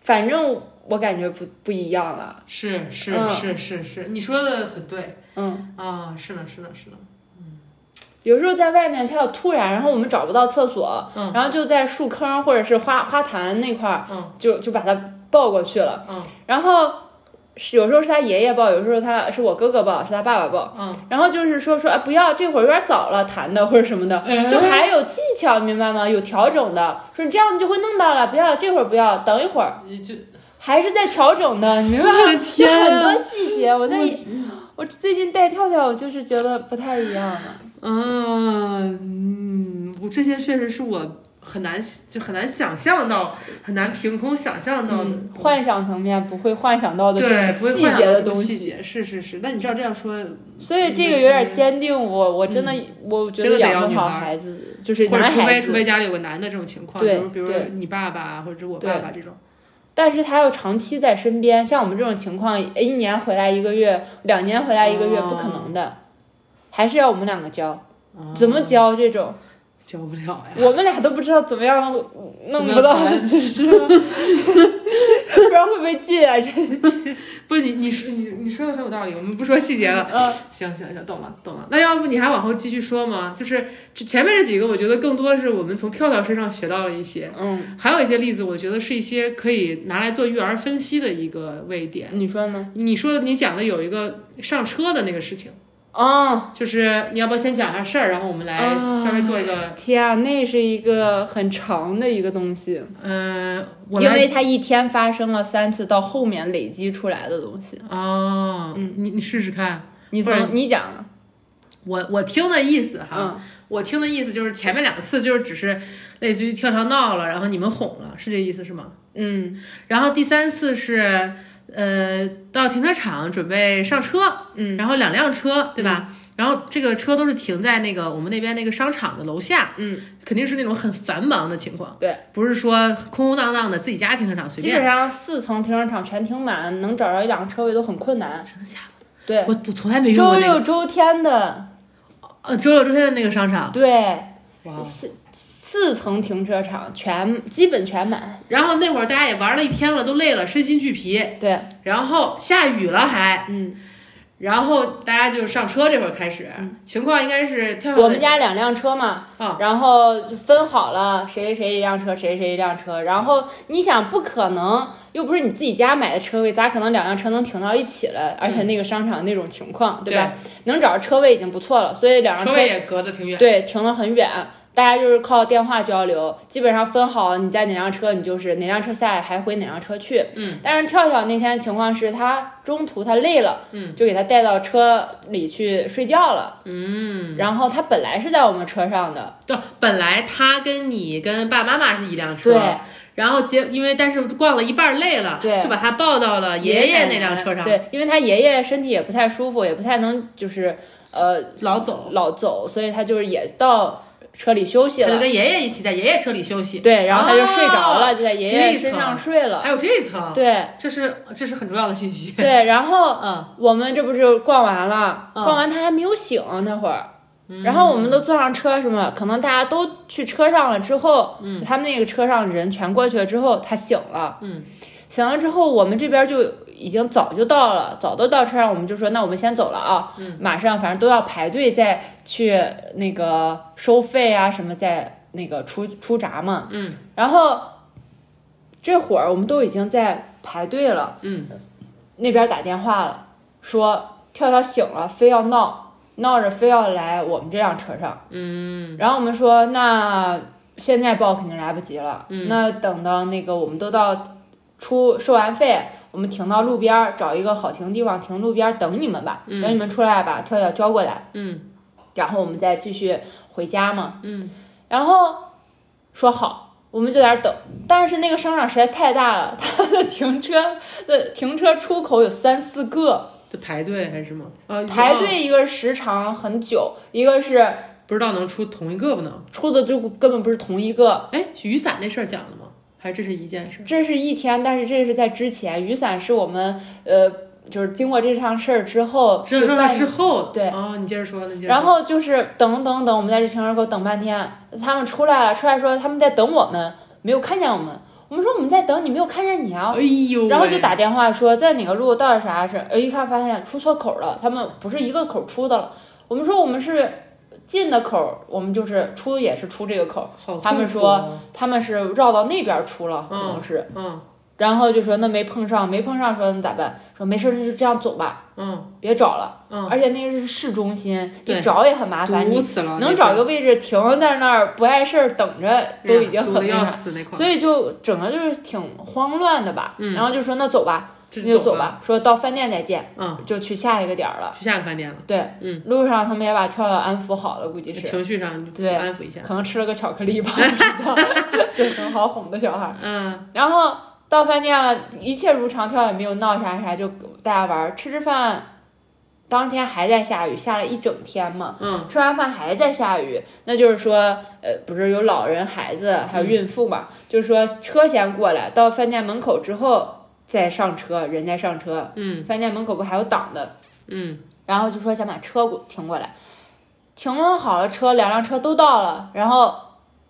反正我感觉不不一样了。是是嗯是是是，你说的很对嗯，啊，是的，是的，是的，有时候在外面他要突然，然后我们找不到厕所，嗯然后就在树坑或者是花花坛那块儿，嗯就就把他抱过去了。嗯然后是有时候是他爷爷抱，有时候他是我哥哥抱，是他爸爸抱。嗯，然后就是说说啊，不要，这会儿有点早了，谈的或者什么的，嗯就还有技巧，明白吗？有调整的，说你这样你就会弄到了，不要这会儿不要，等一会儿，你就还是在调整的，你明白吗？ 我的天啊有很多细节，我在我最近带跳跳，我就是觉得不太一样了。嗯嗯，我这些确实是我很难就很难想象到，很难凭空想象到的。嗯，幻想层面不会幻想到的这对，种不会细幻想节到的什么东细西，节是是是。那你知道这样说，所以这个有点坚定我。我真的，我觉得真的嗯得养要不女好孩孩子就是或男者除孩非子除非家里有个男的这种情况，比对如比如对你爸爸或者我对爸爸这种，但是他要长期在身边，像我们这种情况，一年回来一个月，两年回来一个月，哦不可能的，还是要我们两个教。啊怎么教这种？教不了哎呀？我们俩都不知道怎么样弄不到怎么，样 就是不知道会不会进啊？这不，你你说你你说的很有道理，我们不说细节了。嗯行行行，懂了懂了。那要不你还往后继续说吗？就是这前面这几个，我觉得更多是我们从跳跳身上学到了一些，嗯，还有一些例子，我觉得是一些可以拿来做育儿分析的一个位点。你说呢？你说的你讲的有一个上车的那个事情，哦，就是你要不要先讲一下事儿，然后我们来啊稍微做一个，天啊，那是一个很长的一个东西，嗯、呃，我因来为它一天发生了三次，到后面累积出来的东西。哦，你你试试看。你或者从你讲啊，我我听的意思哈，嗯，我听的意思就是前面两次就是只是类似于跳跳闹了，然后你们哄了，是这意思是吗？嗯然后第三次是呃到停车场准备上车，嗯，然后两辆车对吧？然后这个车都是停在那个我们那边那个商场的楼下，嗯，肯定是那种很繁忙的情况，对，不是说空空荡荡的自己家停车场随基便。本上四层停车场全停满，能找着一两个车位都很困难。真的假的？对，我哎我从来没用周过那个，六周天的，呃，周六周天的那个商场，对，啊哇哦四四层停车场全基本全满。然后那会儿大家也玩了一天了，都累了，身心俱疲，对，然后下雨了还，嗯，然后大家就上车这会儿开始，情况应该是跳我们家两辆车嘛，啊然后就分好了，谁谁谁一辆车，谁谁谁一辆车。然后你想，不可能，又不是你自己家买的车位，咋可能两辆车能停到一起了？而且那个商场那种情况，对吧？能找着车位已经不错了，所以两辆车车位也隔得挺远，对，停了很远。大家就是靠电话交流，基本上分好你在哪辆车，你就是哪辆车下来还回哪辆车去。嗯，但是跳跳那天情况是他中途他累了，嗯，就给他带到车里去睡觉了。嗯，然后他本来是在我们车上的，就本来他跟你跟爸爸妈妈是一辆车，对然后结因为但是逛了一半儿累了，对就把他抱到了爷爷那辆车上，对，因为他爷爷身体也不太舒服，也不太能就是呃老走，老走，所以他就是也到车里休息他就了。跟爷爷一起在爷爷车里休息。对，然后他就睡着了，哦就在爷这爷一身层哎上睡了。还有这一层，对这是这是很重要的信息。 对，然后嗯，我们这不是逛完了，嗯逛完他还没有醒啊那会儿，然后我们都坐上车什么，可能大家都去车上了之后，就他们那个车上人全过去了之后，他醒了，嗯，醒了之后我们这边就已经早就到了，早都到车上，我们就说那我们先走了啊，嗯，马上反正都要排队再去那个收费啊什么再那个出出闸嘛，嗯，然后这会儿我们都已经在排队了。那边打电话了，说跳跳醒了，非要闹，闹着非要来我们这辆车上。嗯，然后我们说那现在报肯定来不及了，嗯、那等到那个我们都到出收完费，我们停到路边儿找一个好停地方停路边儿等你们吧，等你们出来把跳跳交过来，嗯，然后我们再继续回家嘛，嗯，然后说好。我们就在那儿等，但是那个商场实在太大了，它的停车 的停车出口有三四个，就排队还是吗？啊，排哦队一个时长很久，一个是不知道能出同一个不能？出的就根本不是同一个。哎，雨伞那事儿讲了吗？还是这是一件事？这是一天，但是这是在之前，雨伞是我们呃，就是经过这场事儿之后这去事儿办之后的哦对哦，你接着说，那你接着说。然后就是等等等，我们在这停车口等半天，他们出来了，出来说他们在等我们，没有看见我们。我们说我们在等你，没有看见你啊。哎呦喂，然后就打电话说在哪个路到底啥事，呃，一看发现出错口了，他们不是一个口出的了。我们说我们是进的口，我们就是出也是出这个口，好痛苦哦，他们说他们是绕到那边出了，可能是。嗯然后就说那没碰上，没碰上说那咋办？说没事儿，那就这样走吧，嗯，别找了。嗯而且那是市中心，你对找也很麻烦，堵你死了，能找一个位置停在那儿不碍事儿等着，那都块儿已经堵得很那要啥。死那块儿，所以就整个就是挺慌乱的吧，嗯然后就说那走吧，这那就走走，吧，说到饭店再见，嗯，就去下一个点儿了。去下个饭店了，对，嗯，路上他们也把跳跳安抚好了，估计是，情绪上就对安抚一下，可能吃了个巧克力吧，不知道就很好哄的小孩儿。嗯然后到饭店了，一切如常，跳也没有闹啥啥，就大家玩儿，吃吃饭。当天还在下雨，下了一整天嘛。嗯，吃完饭还在下雨，那就是说，呃，不是有老人、孩子还有孕妇嗯嘛？就是说车先过来，到饭店门口之后再上车，人再上车。嗯饭店门口不还有挡的？嗯，然后就说想把车过停过来，停了好了车，两辆车都到了，然后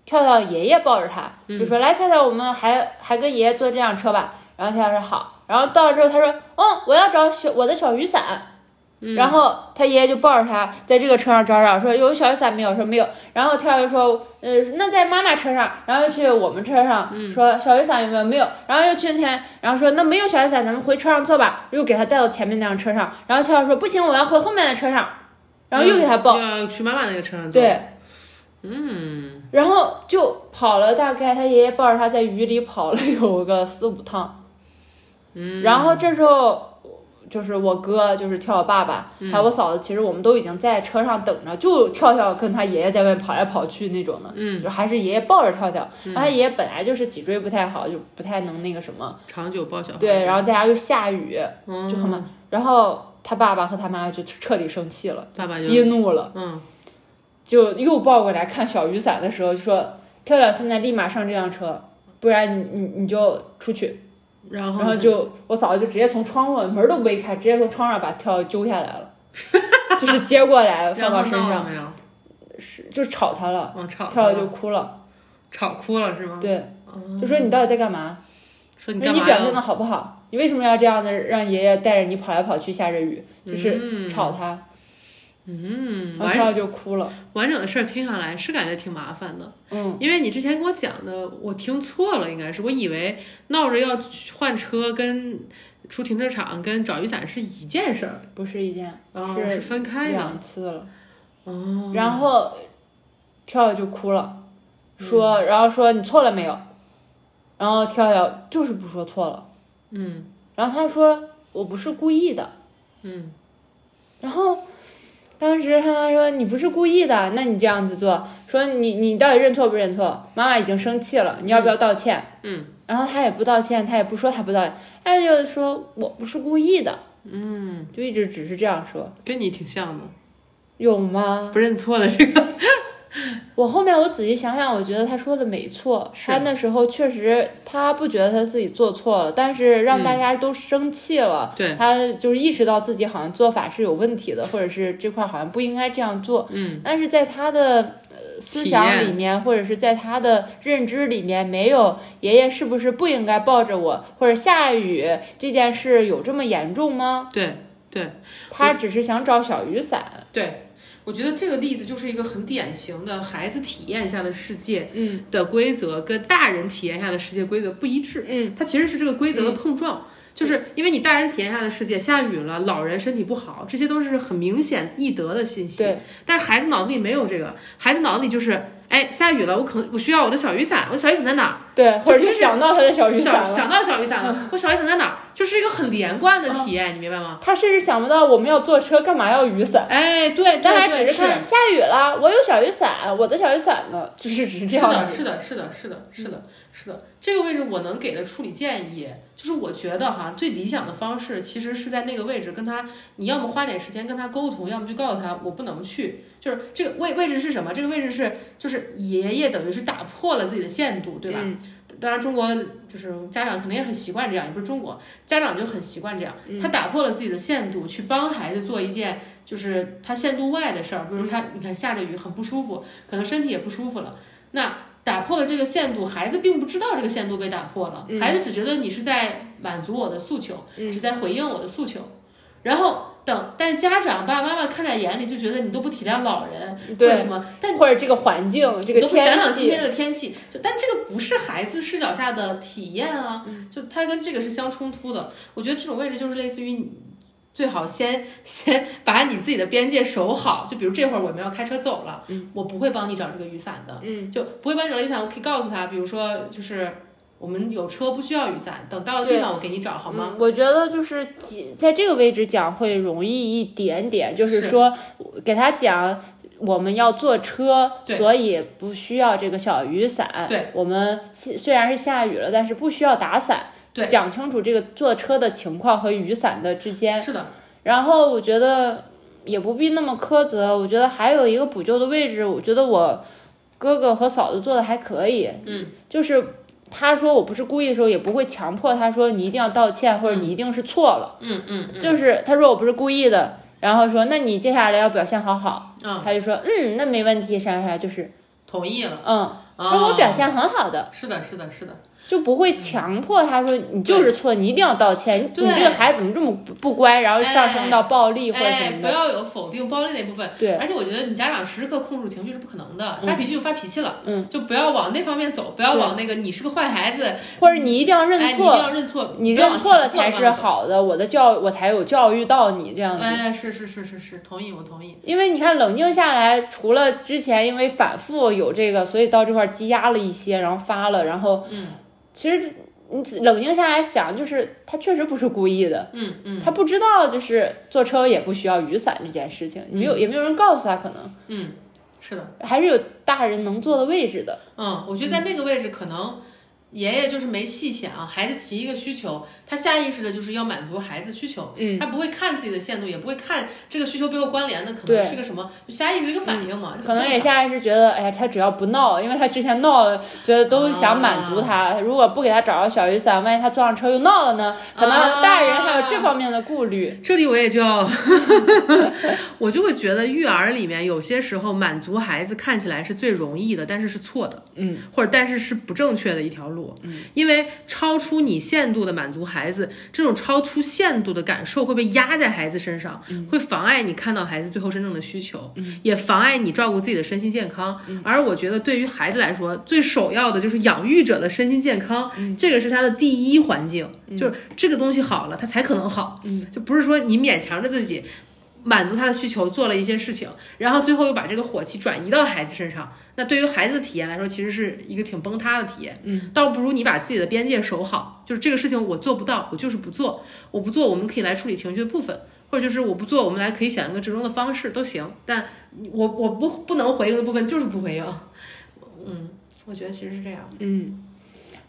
跳跳爷爷抱着他，就说、来跳跳，我们还还跟爷爷坐这辆车吧。然后跳跳说好，然后到了之后他说嗯，我要找小我的小雨伞。然后他爷爷就抱着他在这个车上找找，说有小雨伞没有？说没有。然后跳跳就说，呃，那在妈妈车上，然后又去我们车上，说小雨伞有没有？没有。然后又去那天，然后说那没有小雨伞，咱们回车上坐吧。又给他带到前面那辆车上，然后跳跳说不行，我要回后面的车上，然后又给他抱。嗯，要去妈妈那个车上坐，对，嗯，然后就跑了，大概他爷爷抱着他在雨里跑了有个四五趟，嗯，然后这时候就是我哥，就是跳跳爸爸，嗯还有我嫂子，其实我们都已经在车上等着，就跳跳跟他爷爷在外面跑来跑去那种的，嗯，就还是爷爷抱着跳跳，嗯然后他爷爷本来就是脊椎不太好，就不太能那个什么，长久抱小孩，对，然后再加上又下雨，嗯就很慢，然后他爸爸和他妈就彻底生气了，爸爸就激怒了。嗯就又抱过来看小雨伞的时候，就说：“跳跳，现在立马上这辆车，不然你你你就出去。”然然后后就我嫂子就直接从窗户门都没开，直接从窗上把跳跳揪下来 了，就是接过来放然后到身闹上，了没有？是就吵他了，嗯，吵跳跳了就哭了，吵哭了是吗？对，就说你到底在干嘛？说你说干你嘛表现呀？的好不好？你为什么要这样的让爷爷带着你跑来跑去下着雨？就是吵他，嗯，然后完跳跳就哭了，完整的事儿听下来是感觉挺麻烦的，嗯，因为你之前跟我讲的，我听错了，应该是我以为闹着要去换车跟出停车场跟找雨伞是一件事儿，不是一件，然后是是分开的，两次了。哦，然后跳跳就哭了，说，然后说你错了没有？然后跳跳就是不说错了，嗯，然后他说我不是故意的，嗯，然后当时他妈说你不是故意的，那你这样子做，说你你到底认错不认错？妈妈已经生气了，你要不要道歉？嗯，然后他也不道歉，他也不说他不道歉，他就说我不是故意的，嗯，就一直只是这样说，跟你挺像的，有吗？不认错的这个，我后面我仔细想想，我觉得他说的没错，是他那时候确实他不觉得他自己做错了，但是让大家都生气了，嗯对他就是意识到自己好像做法是有问题的，或者是这块好像不应该这样做，嗯，但是在他的。呃思体想验里面，或者是在他的认知里面，没有爷爷是不是不应该抱着我，或者下雨这件事有这么严重吗？对对他只是想找小雨伞。对。我觉得这个例子就是一个很典型的孩子体验下的世界嗯的规则跟大人体验下的世界规则不一致，嗯，它其实是这个规则的碰撞，就是因为你大人体验下的世界，下雨了，老人身体不好，这些都是很明显易得的信息。对，但是孩子脑子里没有这个，孩子脑子里就是，哎，下雨了，我可能我需要我的小雨伞，我小雨伞在哪儿？对，或者就是是想到他的小雨伞想了。嗯想到小雨伞了，我小雨伞在哪儿？就是一个很连贯的体验，你明白吗？他甚至想不到我们要坐车，干嘛要雨伞？哎，对大对家对，嗯只是是看下雨了，我有小雨伞，我的小雨伞呢？就是只是这样子。嗯是的，是的，是的，是的，是的，是的。这个位置我能给的处理建议，就是我觉得哈，最理想的方式其实是在那个位置跟他，你要么花点时间跟他沟通，要么就告诉他我不能去。就是这个位位置是什么？这个位置是就是爷爷等于是打破了自己的限度，对吧？嗯当然，中国就是家长肯定也很习惯这样，也不是中国家长就很习惯这样。嗯他打破了自己的限度，去帮孩子做一件就是他限度外的事儿，比嗯如他你看下着雨很不舒服，可能身体也不舒服了。那打破了这个限度，孩子并不知道这个限度被打破了，孩子只觉得你是在满足我的诉求，是在回应我的诉求。然后等，但是家长爸爸妈妈看在眼里，就觉得你都不体谅老人或者对，什么，但或者这个环境，这个你都不想天想今气，天这个天气，就但这个不是孩子视角下的体验啊，嗯就它跟这个是相冲突的。我觉得这种位置就是类似于你最好先先把你自己的边界守好，就比如这会儿我们要开车走了，我不会帮你找这个雨伞的，嗯，就不会帮你找雨伞，我可以告诉他，比如说就是我们有车不需要雨伞，等到了地对方我给你找好吗？嗯？我觉得就是几在这个位置讲会容易一点点，就是是说给他讲。我们要坐车，对所以不需要这个小雨伞。对，我们虽虽然是下雨了，但是不需要打伞。对讲清楚这个坐车的情况和雨伞的之间。是的，然后我觉得也不必那么苛责，我觉得还有一个补救的位置，我觉得我哥哥和嫂子做的还可以，嗯，就是他说我不是故意的时候，也不会强迫他说你一定要道歉或者你一定是错了，嗯嗯嗯就是他说我不是故意的，然后说那你接下来要表现好好，嗯，他就说嗯那没问题，啥啥啥就是同意了。嗯，他啊说我表现很好的。是的，是的，是的，就不会强迫他说你就是错，你一定要道歉，你对你这个孩子怎么这么不不乖，然后上升到暴力或者什哎，么不的，要有否定暴力那部分。对，而且我觉得你家长时时刻控制情绪是不可能的，嗯发脾气就发脾气了，嗯，就不要往那方面走，不要对往那个你是个坏孩子，或者你一定要认哎，你一定错，要认错，你不要认往错了强迫才的是方向好的，我的教我才有教育到你这样子。走。哎，是是是是是，同意我同意。因为你看，冷静下来，除了之前因为反复有这个，所以到这块儿积压了一些，然后发了，然后嗯其实你仔冷静下来想，就是他确实不是故意的，嗯嗯他不知道就是坐车也不需要雨伞这件事情，没有也没有人告诉他，可能嗯，是的，还是有大人能坐的位置的。嗯，我觉得在那个位置可能。爷爷就是没细想，孩子提一个需求，他下意识的就是要满足孩子需求，嗯，他不会看自己的限度，也不会看这个需求背后关联的可能对嗯是个什么，就下意识一个反应嘛，这很可能正也常下意识觉得，哎呀，他只要不闹，因为他之前闹了，觉得都想满足他。如果不给他找到小雨伞，万一他撞上车又闹了呢？可能大人还有这方面的顾虑。这里我也就要， 我就会觉得育儿里面有些时候满足孩子看起来是最容易的，但是是错的，嗯，或者但是是不正确的一条路，嗯，因为超出你限度的满足孩子，这种超出限度的感受会被压在孩子身上，会妨碍你看到孩子最后真正的需求，也妨碍你照顾自己的身心健康。而我觉得对于孩子来说，最首要的就是养育者的身心健康，这个是他的第一环境，就是这个东西好了，他才可能好。就不是说你勉强着自己。满足他的需求，做了一些事情，然后最后又把这个火气转移到孩子身上，那对于孩子的体验来说，其实是一个挺崩塌的体验。嗯，倒不如你把自己的边界守好，就是这个事情我做不到，我就是不做，我不做，我们可以来处理情绪的部分，或者就是我不做，我们来可以想一个折中的方式都行。但我我不不能回应的部分就是不回应。嗯，我觉得其实是这样。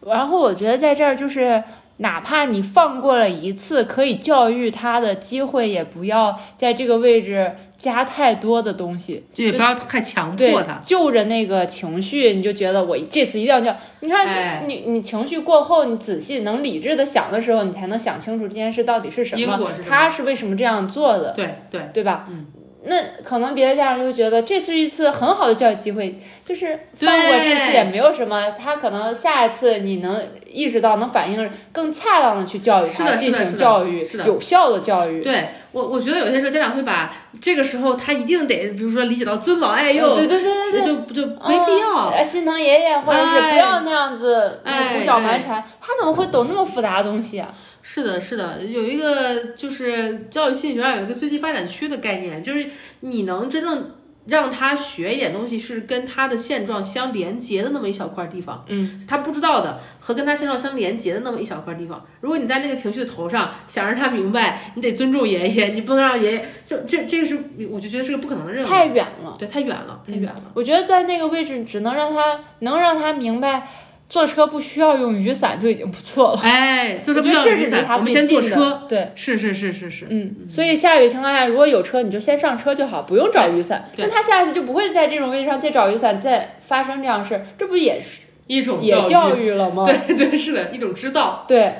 然后我觉得在这儿就是，哪怕你放过了一次可以教育他的机会，也不要在这个位置加太多的东西。就也不要太强对迫他。，就着那个情绪，你就觉得我这次一定要教。你看，哎你你情绪过后，你仔细能理智的想的时候，你才能想清楚这件事到底是什因么，果是什么他是为什么这样做的。对对，对吧？嗯，那可能别的家长就会觉得这是一次很好的教育机会，就是对放过这次也没有什么，他可能下一次你能意识到，能反应更恰当的去教育是他，的进是的行是的教育是，的有效的教育。对我我觉得有些时候家长会把这个时候他一定得，比如说理解到尊老爱幼，嗯对对对对对。就就 没必要。嗯心疼爷爷，或者是不哎要那样子哎五脚哎蛮缠，他怎么会懂那么复杂的东西啊？是的，是的，有一个就是教育心理学上有一个最近发展区的概念，就是你能真正让他学一点东西，是跟他的现状相连接的那么一小块地方。嗯，他不知道的和跟他现状相连接的那么一小块地方。如果你在那个情绪的头上想让他明白，你得尊重爷爷，你不能让爷爷就这这个是我就觉得是个不可能的任务，太远了。嗯对，太远了，太远了。我觉得在那个位置，只能让他能让他明白，坐车不需要用雨伞就已经不错了。 哎，就是我不觉得要这雨是离伞，他我们最先坐近的车。。对，是是是是是，嗯，所以下雨情况下，如果有车，你就先上车就好，不用找雨伞。对那他下一次就不会在这种位置上再找雨伞，再发生这样的事儿，这不也是一种也教 育，育了吗？对对是的一种知道，对，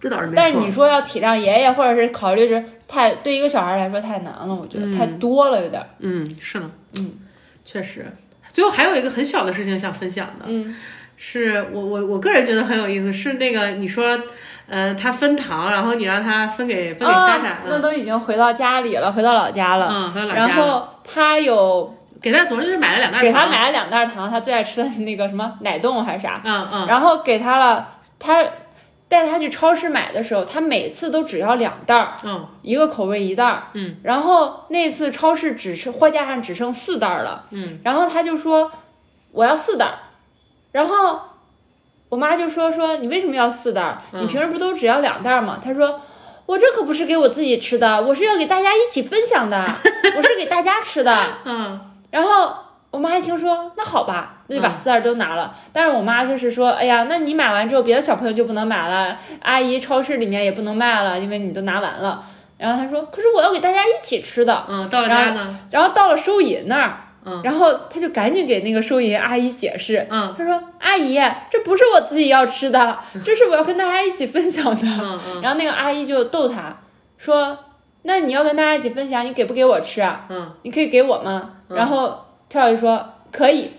这倒是没错。但是你说要体谅爷爷，或者是考虑是太对一个小孩来说太难了，我觉得、太多了有点儿。嗯，是呢，嗯，确实。最后还有一个很小的事情想分享的，嗯，是我我我个人觉得很有意思，是那个你说，呃，他分糖，然后你让他分给分给莎莎，嗯啊，那都已经回到家里了，回到老家了。嗯，还有老然家了，后他有给他总之就是买了两袋给他糖，买了两袋糖，他最爱吃的那个什么奶冻还是啥，嗯嗯，然后给他了，他带他去超市买的时候，他每次都只要两袋儿，嗯，一个口味一袋儿，嗯，然后那次超市只是货架上只剩四袋儿了，嗯，然后他就说我要四袋儿，然后我妈就说说你为什么要四袋儿？你平时不都只要两袋儿吗？他说。我这可不是给我自己吃的，我是要给大家一起分享的，我是给大家吃的。然后我妈一听说，那好吧，那就把四袋都拿了。但是我妈就是说，哎呀，那你买完之后，别的小朋友就不能买了，阿姨超市里面也不能卖了，因为你都拿完了。然后她说，可是我要给大家一起吃的。嗯，到了家呢，然后到了收银那儿。然后她就赶紧给那个收银阿姨解释，嗯她说：“阿姨，这不是我自己要吃 的，这是我要跟大家一起分享的。嗯嗯然后那个阿姨就逗她说：“那你要跟大家一起分享，你给不给我吃啊？”嗯你可以给我吗？然后跳下去说可以，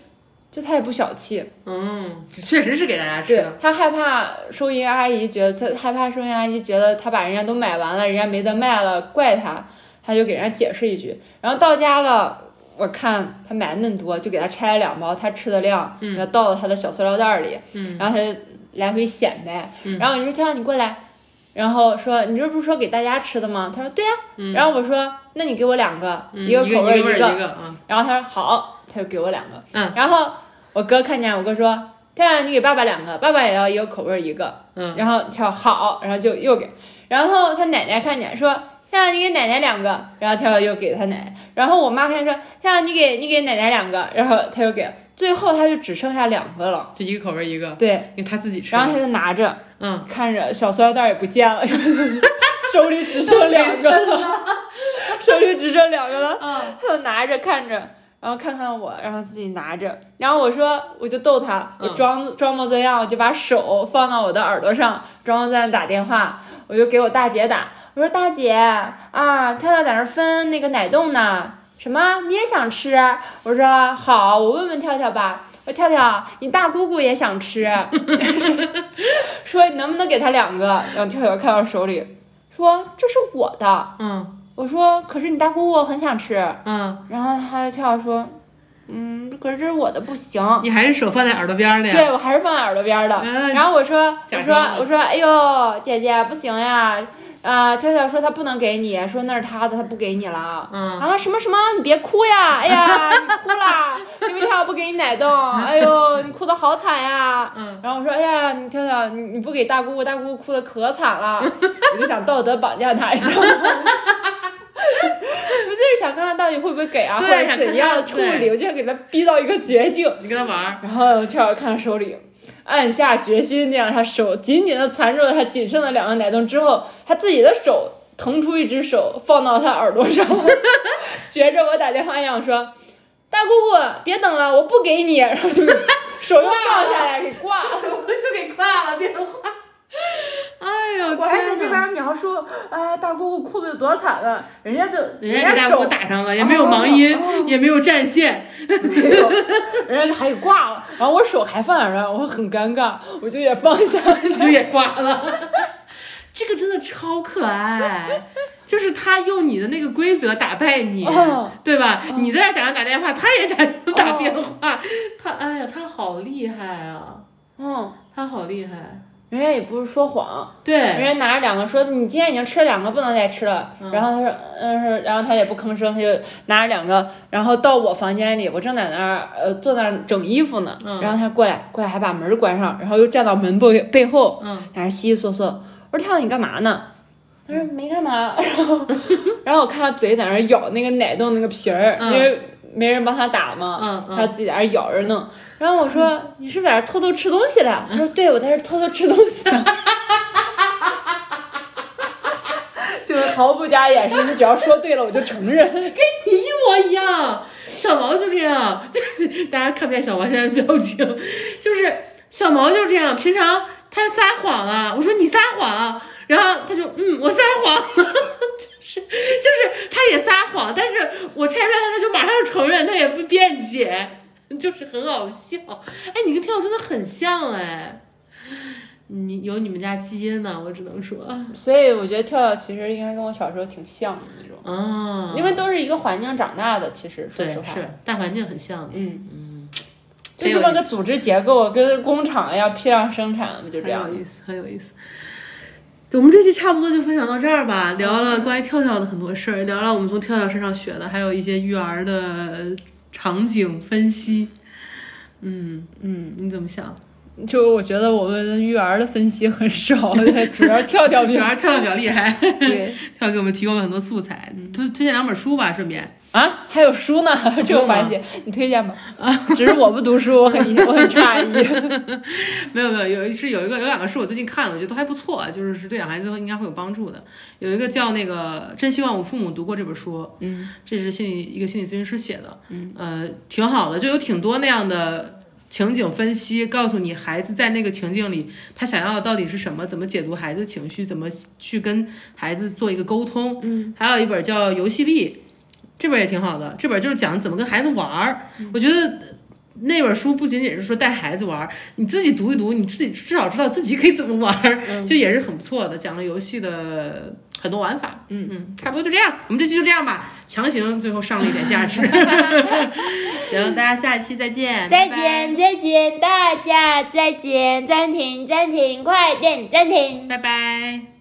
就他也不小气，嗯，确实是给大家吃对的，他害怕收银阿姨觉得他害怕收银阿姨觉得他把人家都买完了，人家没得卖了，怪他，他就给人家解释一句，然后到家了。我看他买那么多，就给他拆了两包他吃的量，嗯给他倒到他的小塑料袋里，然后他就来回显摆，嗯然后我就说跳，你过来，然后说你这不是说给大家吃的吗？他说对呀、然后我说那你给我两个，嗯，个口味一个一个，一个，嗯，然后他说好，他就给我两个。嗯，然后我哥看见我哥说：“太阳，你给爸爸两个，爸爸也要一个口味儿一个。”嗯，然后他说好，然后就又给。然后他奶奶看见说：“太阳，你给奶奶两个。”然后太阳又给他奶奶。然后我妈看见说：“太阳，你给你给奶奶两个。”然后他又给。最后他就只剩下两个了。就一个口味一个，对，给他自己吃然后的，他就拿着，嗯，看着小塑料袋儿也不见 了，手里只剩两个了，手里只剩两个了。嗯他就拿着看着，然后看看我，然后自己拿着，然后我说我就逗他，我嗯装、装模作样，我就把手放到我的耳朵上，装模作样打电话，我就给我大姐打，我说大姐啊，看到在那儿分那个奶冻呢，什么你也想吃？我说好，我问问跳跳吧。我说跳跳，你大姑姑也想吃，说你能不能给她两个？然后跳跳看到手里，说这是我的。嗯我说可是你大姑姑很想吃，嗯，然后他就跳说，嗯，可是这是我的不行。你还是手放在耳朵边儿的呀，对，我还是放在耳朵边儿的。嗯然后我说，我假说装，的我说，哎呦，姐姐不行呀，啊，跳跳说他不能给你，说那是他的，他不给你了。嗯啊，什么什么，你别哭呀！哎呀，你哭啦！因为跳跳不给你奶冻，哎呦，你哭的好惨呀。嗯。然后我说，哎呀，你跳跳，你你不给大姑姑，大姑姑哭的可惨了。我就想道德绑架他一下。 我就是想看他到底会不会给啊，或对者想怎看他样处理，对我就想给他逼到一个绝境。你跟他玩儿，然后跳跳看看手里，暗下决心，那样他手紧紧地缠住了他仅剩的两个奶冻之后，他自己的手腾出一只手放到他耳朵 上，学着我打电话一样说：“大姑姑，别等了，我不给你。”然后就手又掉下来给挂了。手就给挂了电话。哎呦，我还在这天哪，边描述，啊，大姑姑哭的多惨了，人家就人家家给大手姑打上了，也没有忙音，也没有占线，没有，人家还给挂了，然后我手还放耳上，我很尴尬，我就也放 下了。就也挂了。 这个真的超可爱，就是他用你的那个规则打败你，哦对吧？你在这假装打电话，他也假装打电话，他哎呀，他好厉害啊，嗯，他好厉害，人家也不是说谎，人对，家拿着两个说你今天已经吃了两个，不能再吃了。然后他说，嗯，是然后他也不吭声，他就拿着两个，然后到我房间里，我正在那儿呃坐那儿整衣服呢，嗯然后他过来过来还把门关上，然后又站到门背背后，嗯，在那儿悉悉嗦嗦。我说跳你干嘛呢？他说没干 嘛，然后 然后我看他嘴在那儿咬那个奶冻那个皮儿，嗯因为没人帮他打嘛，嗯嗯他自己在那儿咬着弄。然后我说、你是不是在这儿偷偷吃东西了呀？他说对，我在这儿偷偷吃东西 呢。就是毫不加掩饰，你只要说对了，我就承认。 你一模一样。小毛就这样， 就是大家看不见小毛现在的表情， 就是小毛就这样。平常他撒谎啊，我说你撒谎啊，然后他就嗯，我撒谎， 就是就是他也撒谎，但是我拆穿他，他就马上承认，他也不辩解， 就是很好笑。哎，你跟跳真的很像哎，你有你们家基因呢，我只能说所以我觉得跳跳其实应该跟我小时候挺像的那种，啊，因为都是一个环境长大的。其实说对实话，是大环境很像的，嗯，嗯，就这么个组织结构，跟工厂要批量生产，不就这样很有？意思，很有意思。对，我们这期差不多就分享到这儿吧，聊了关于跳跳的很多事儿，聊了我们从跳跳身上学的，还有一些育儿的场景分析。嗯嗯，你怎么想？就我觉得我们育儿的分析很 少，主要跳跳 主比较要跳跳比较厉害，对跳跳给我们提供了很多素材，推推荐两本书吧，顺便。啊，还有书呢，这个环节你推荐吧。 啊，只是我不读书，我很我很诧异。 没有没有，有是有一个有两个是我最近看的，我觉得都还不错，啊就是是对养孩子应该会有帮助的。有一个叫那个真希望我父母读过这本书，嗯这是心理一个心理咨询师写的，嗯，呃，挺好的，就有挺多那样的情景分析，告诉你孩子在那个情境里他想要的到底是什么，怎么解读孩子情绪，怎么去跟孩子做一个沟通。嗯，还有一本叫《游戏力》，这本也挺好的，这本就是讲怎么跟孩子玩儿。我觉得。那本书不仅仅是说带孩子玩儿，你自己读一读，你自己至少知道自己可以怎么玩儿，就也是很不错的。讲了游戏的很多玩法，嗯嗯，差不多就这样，我们这期就这样吧，强行最后上了一点 价值。行，大家下期再见，再拜拜见，再见，大家再见，暂停，暂停，快点暂停。拜拜。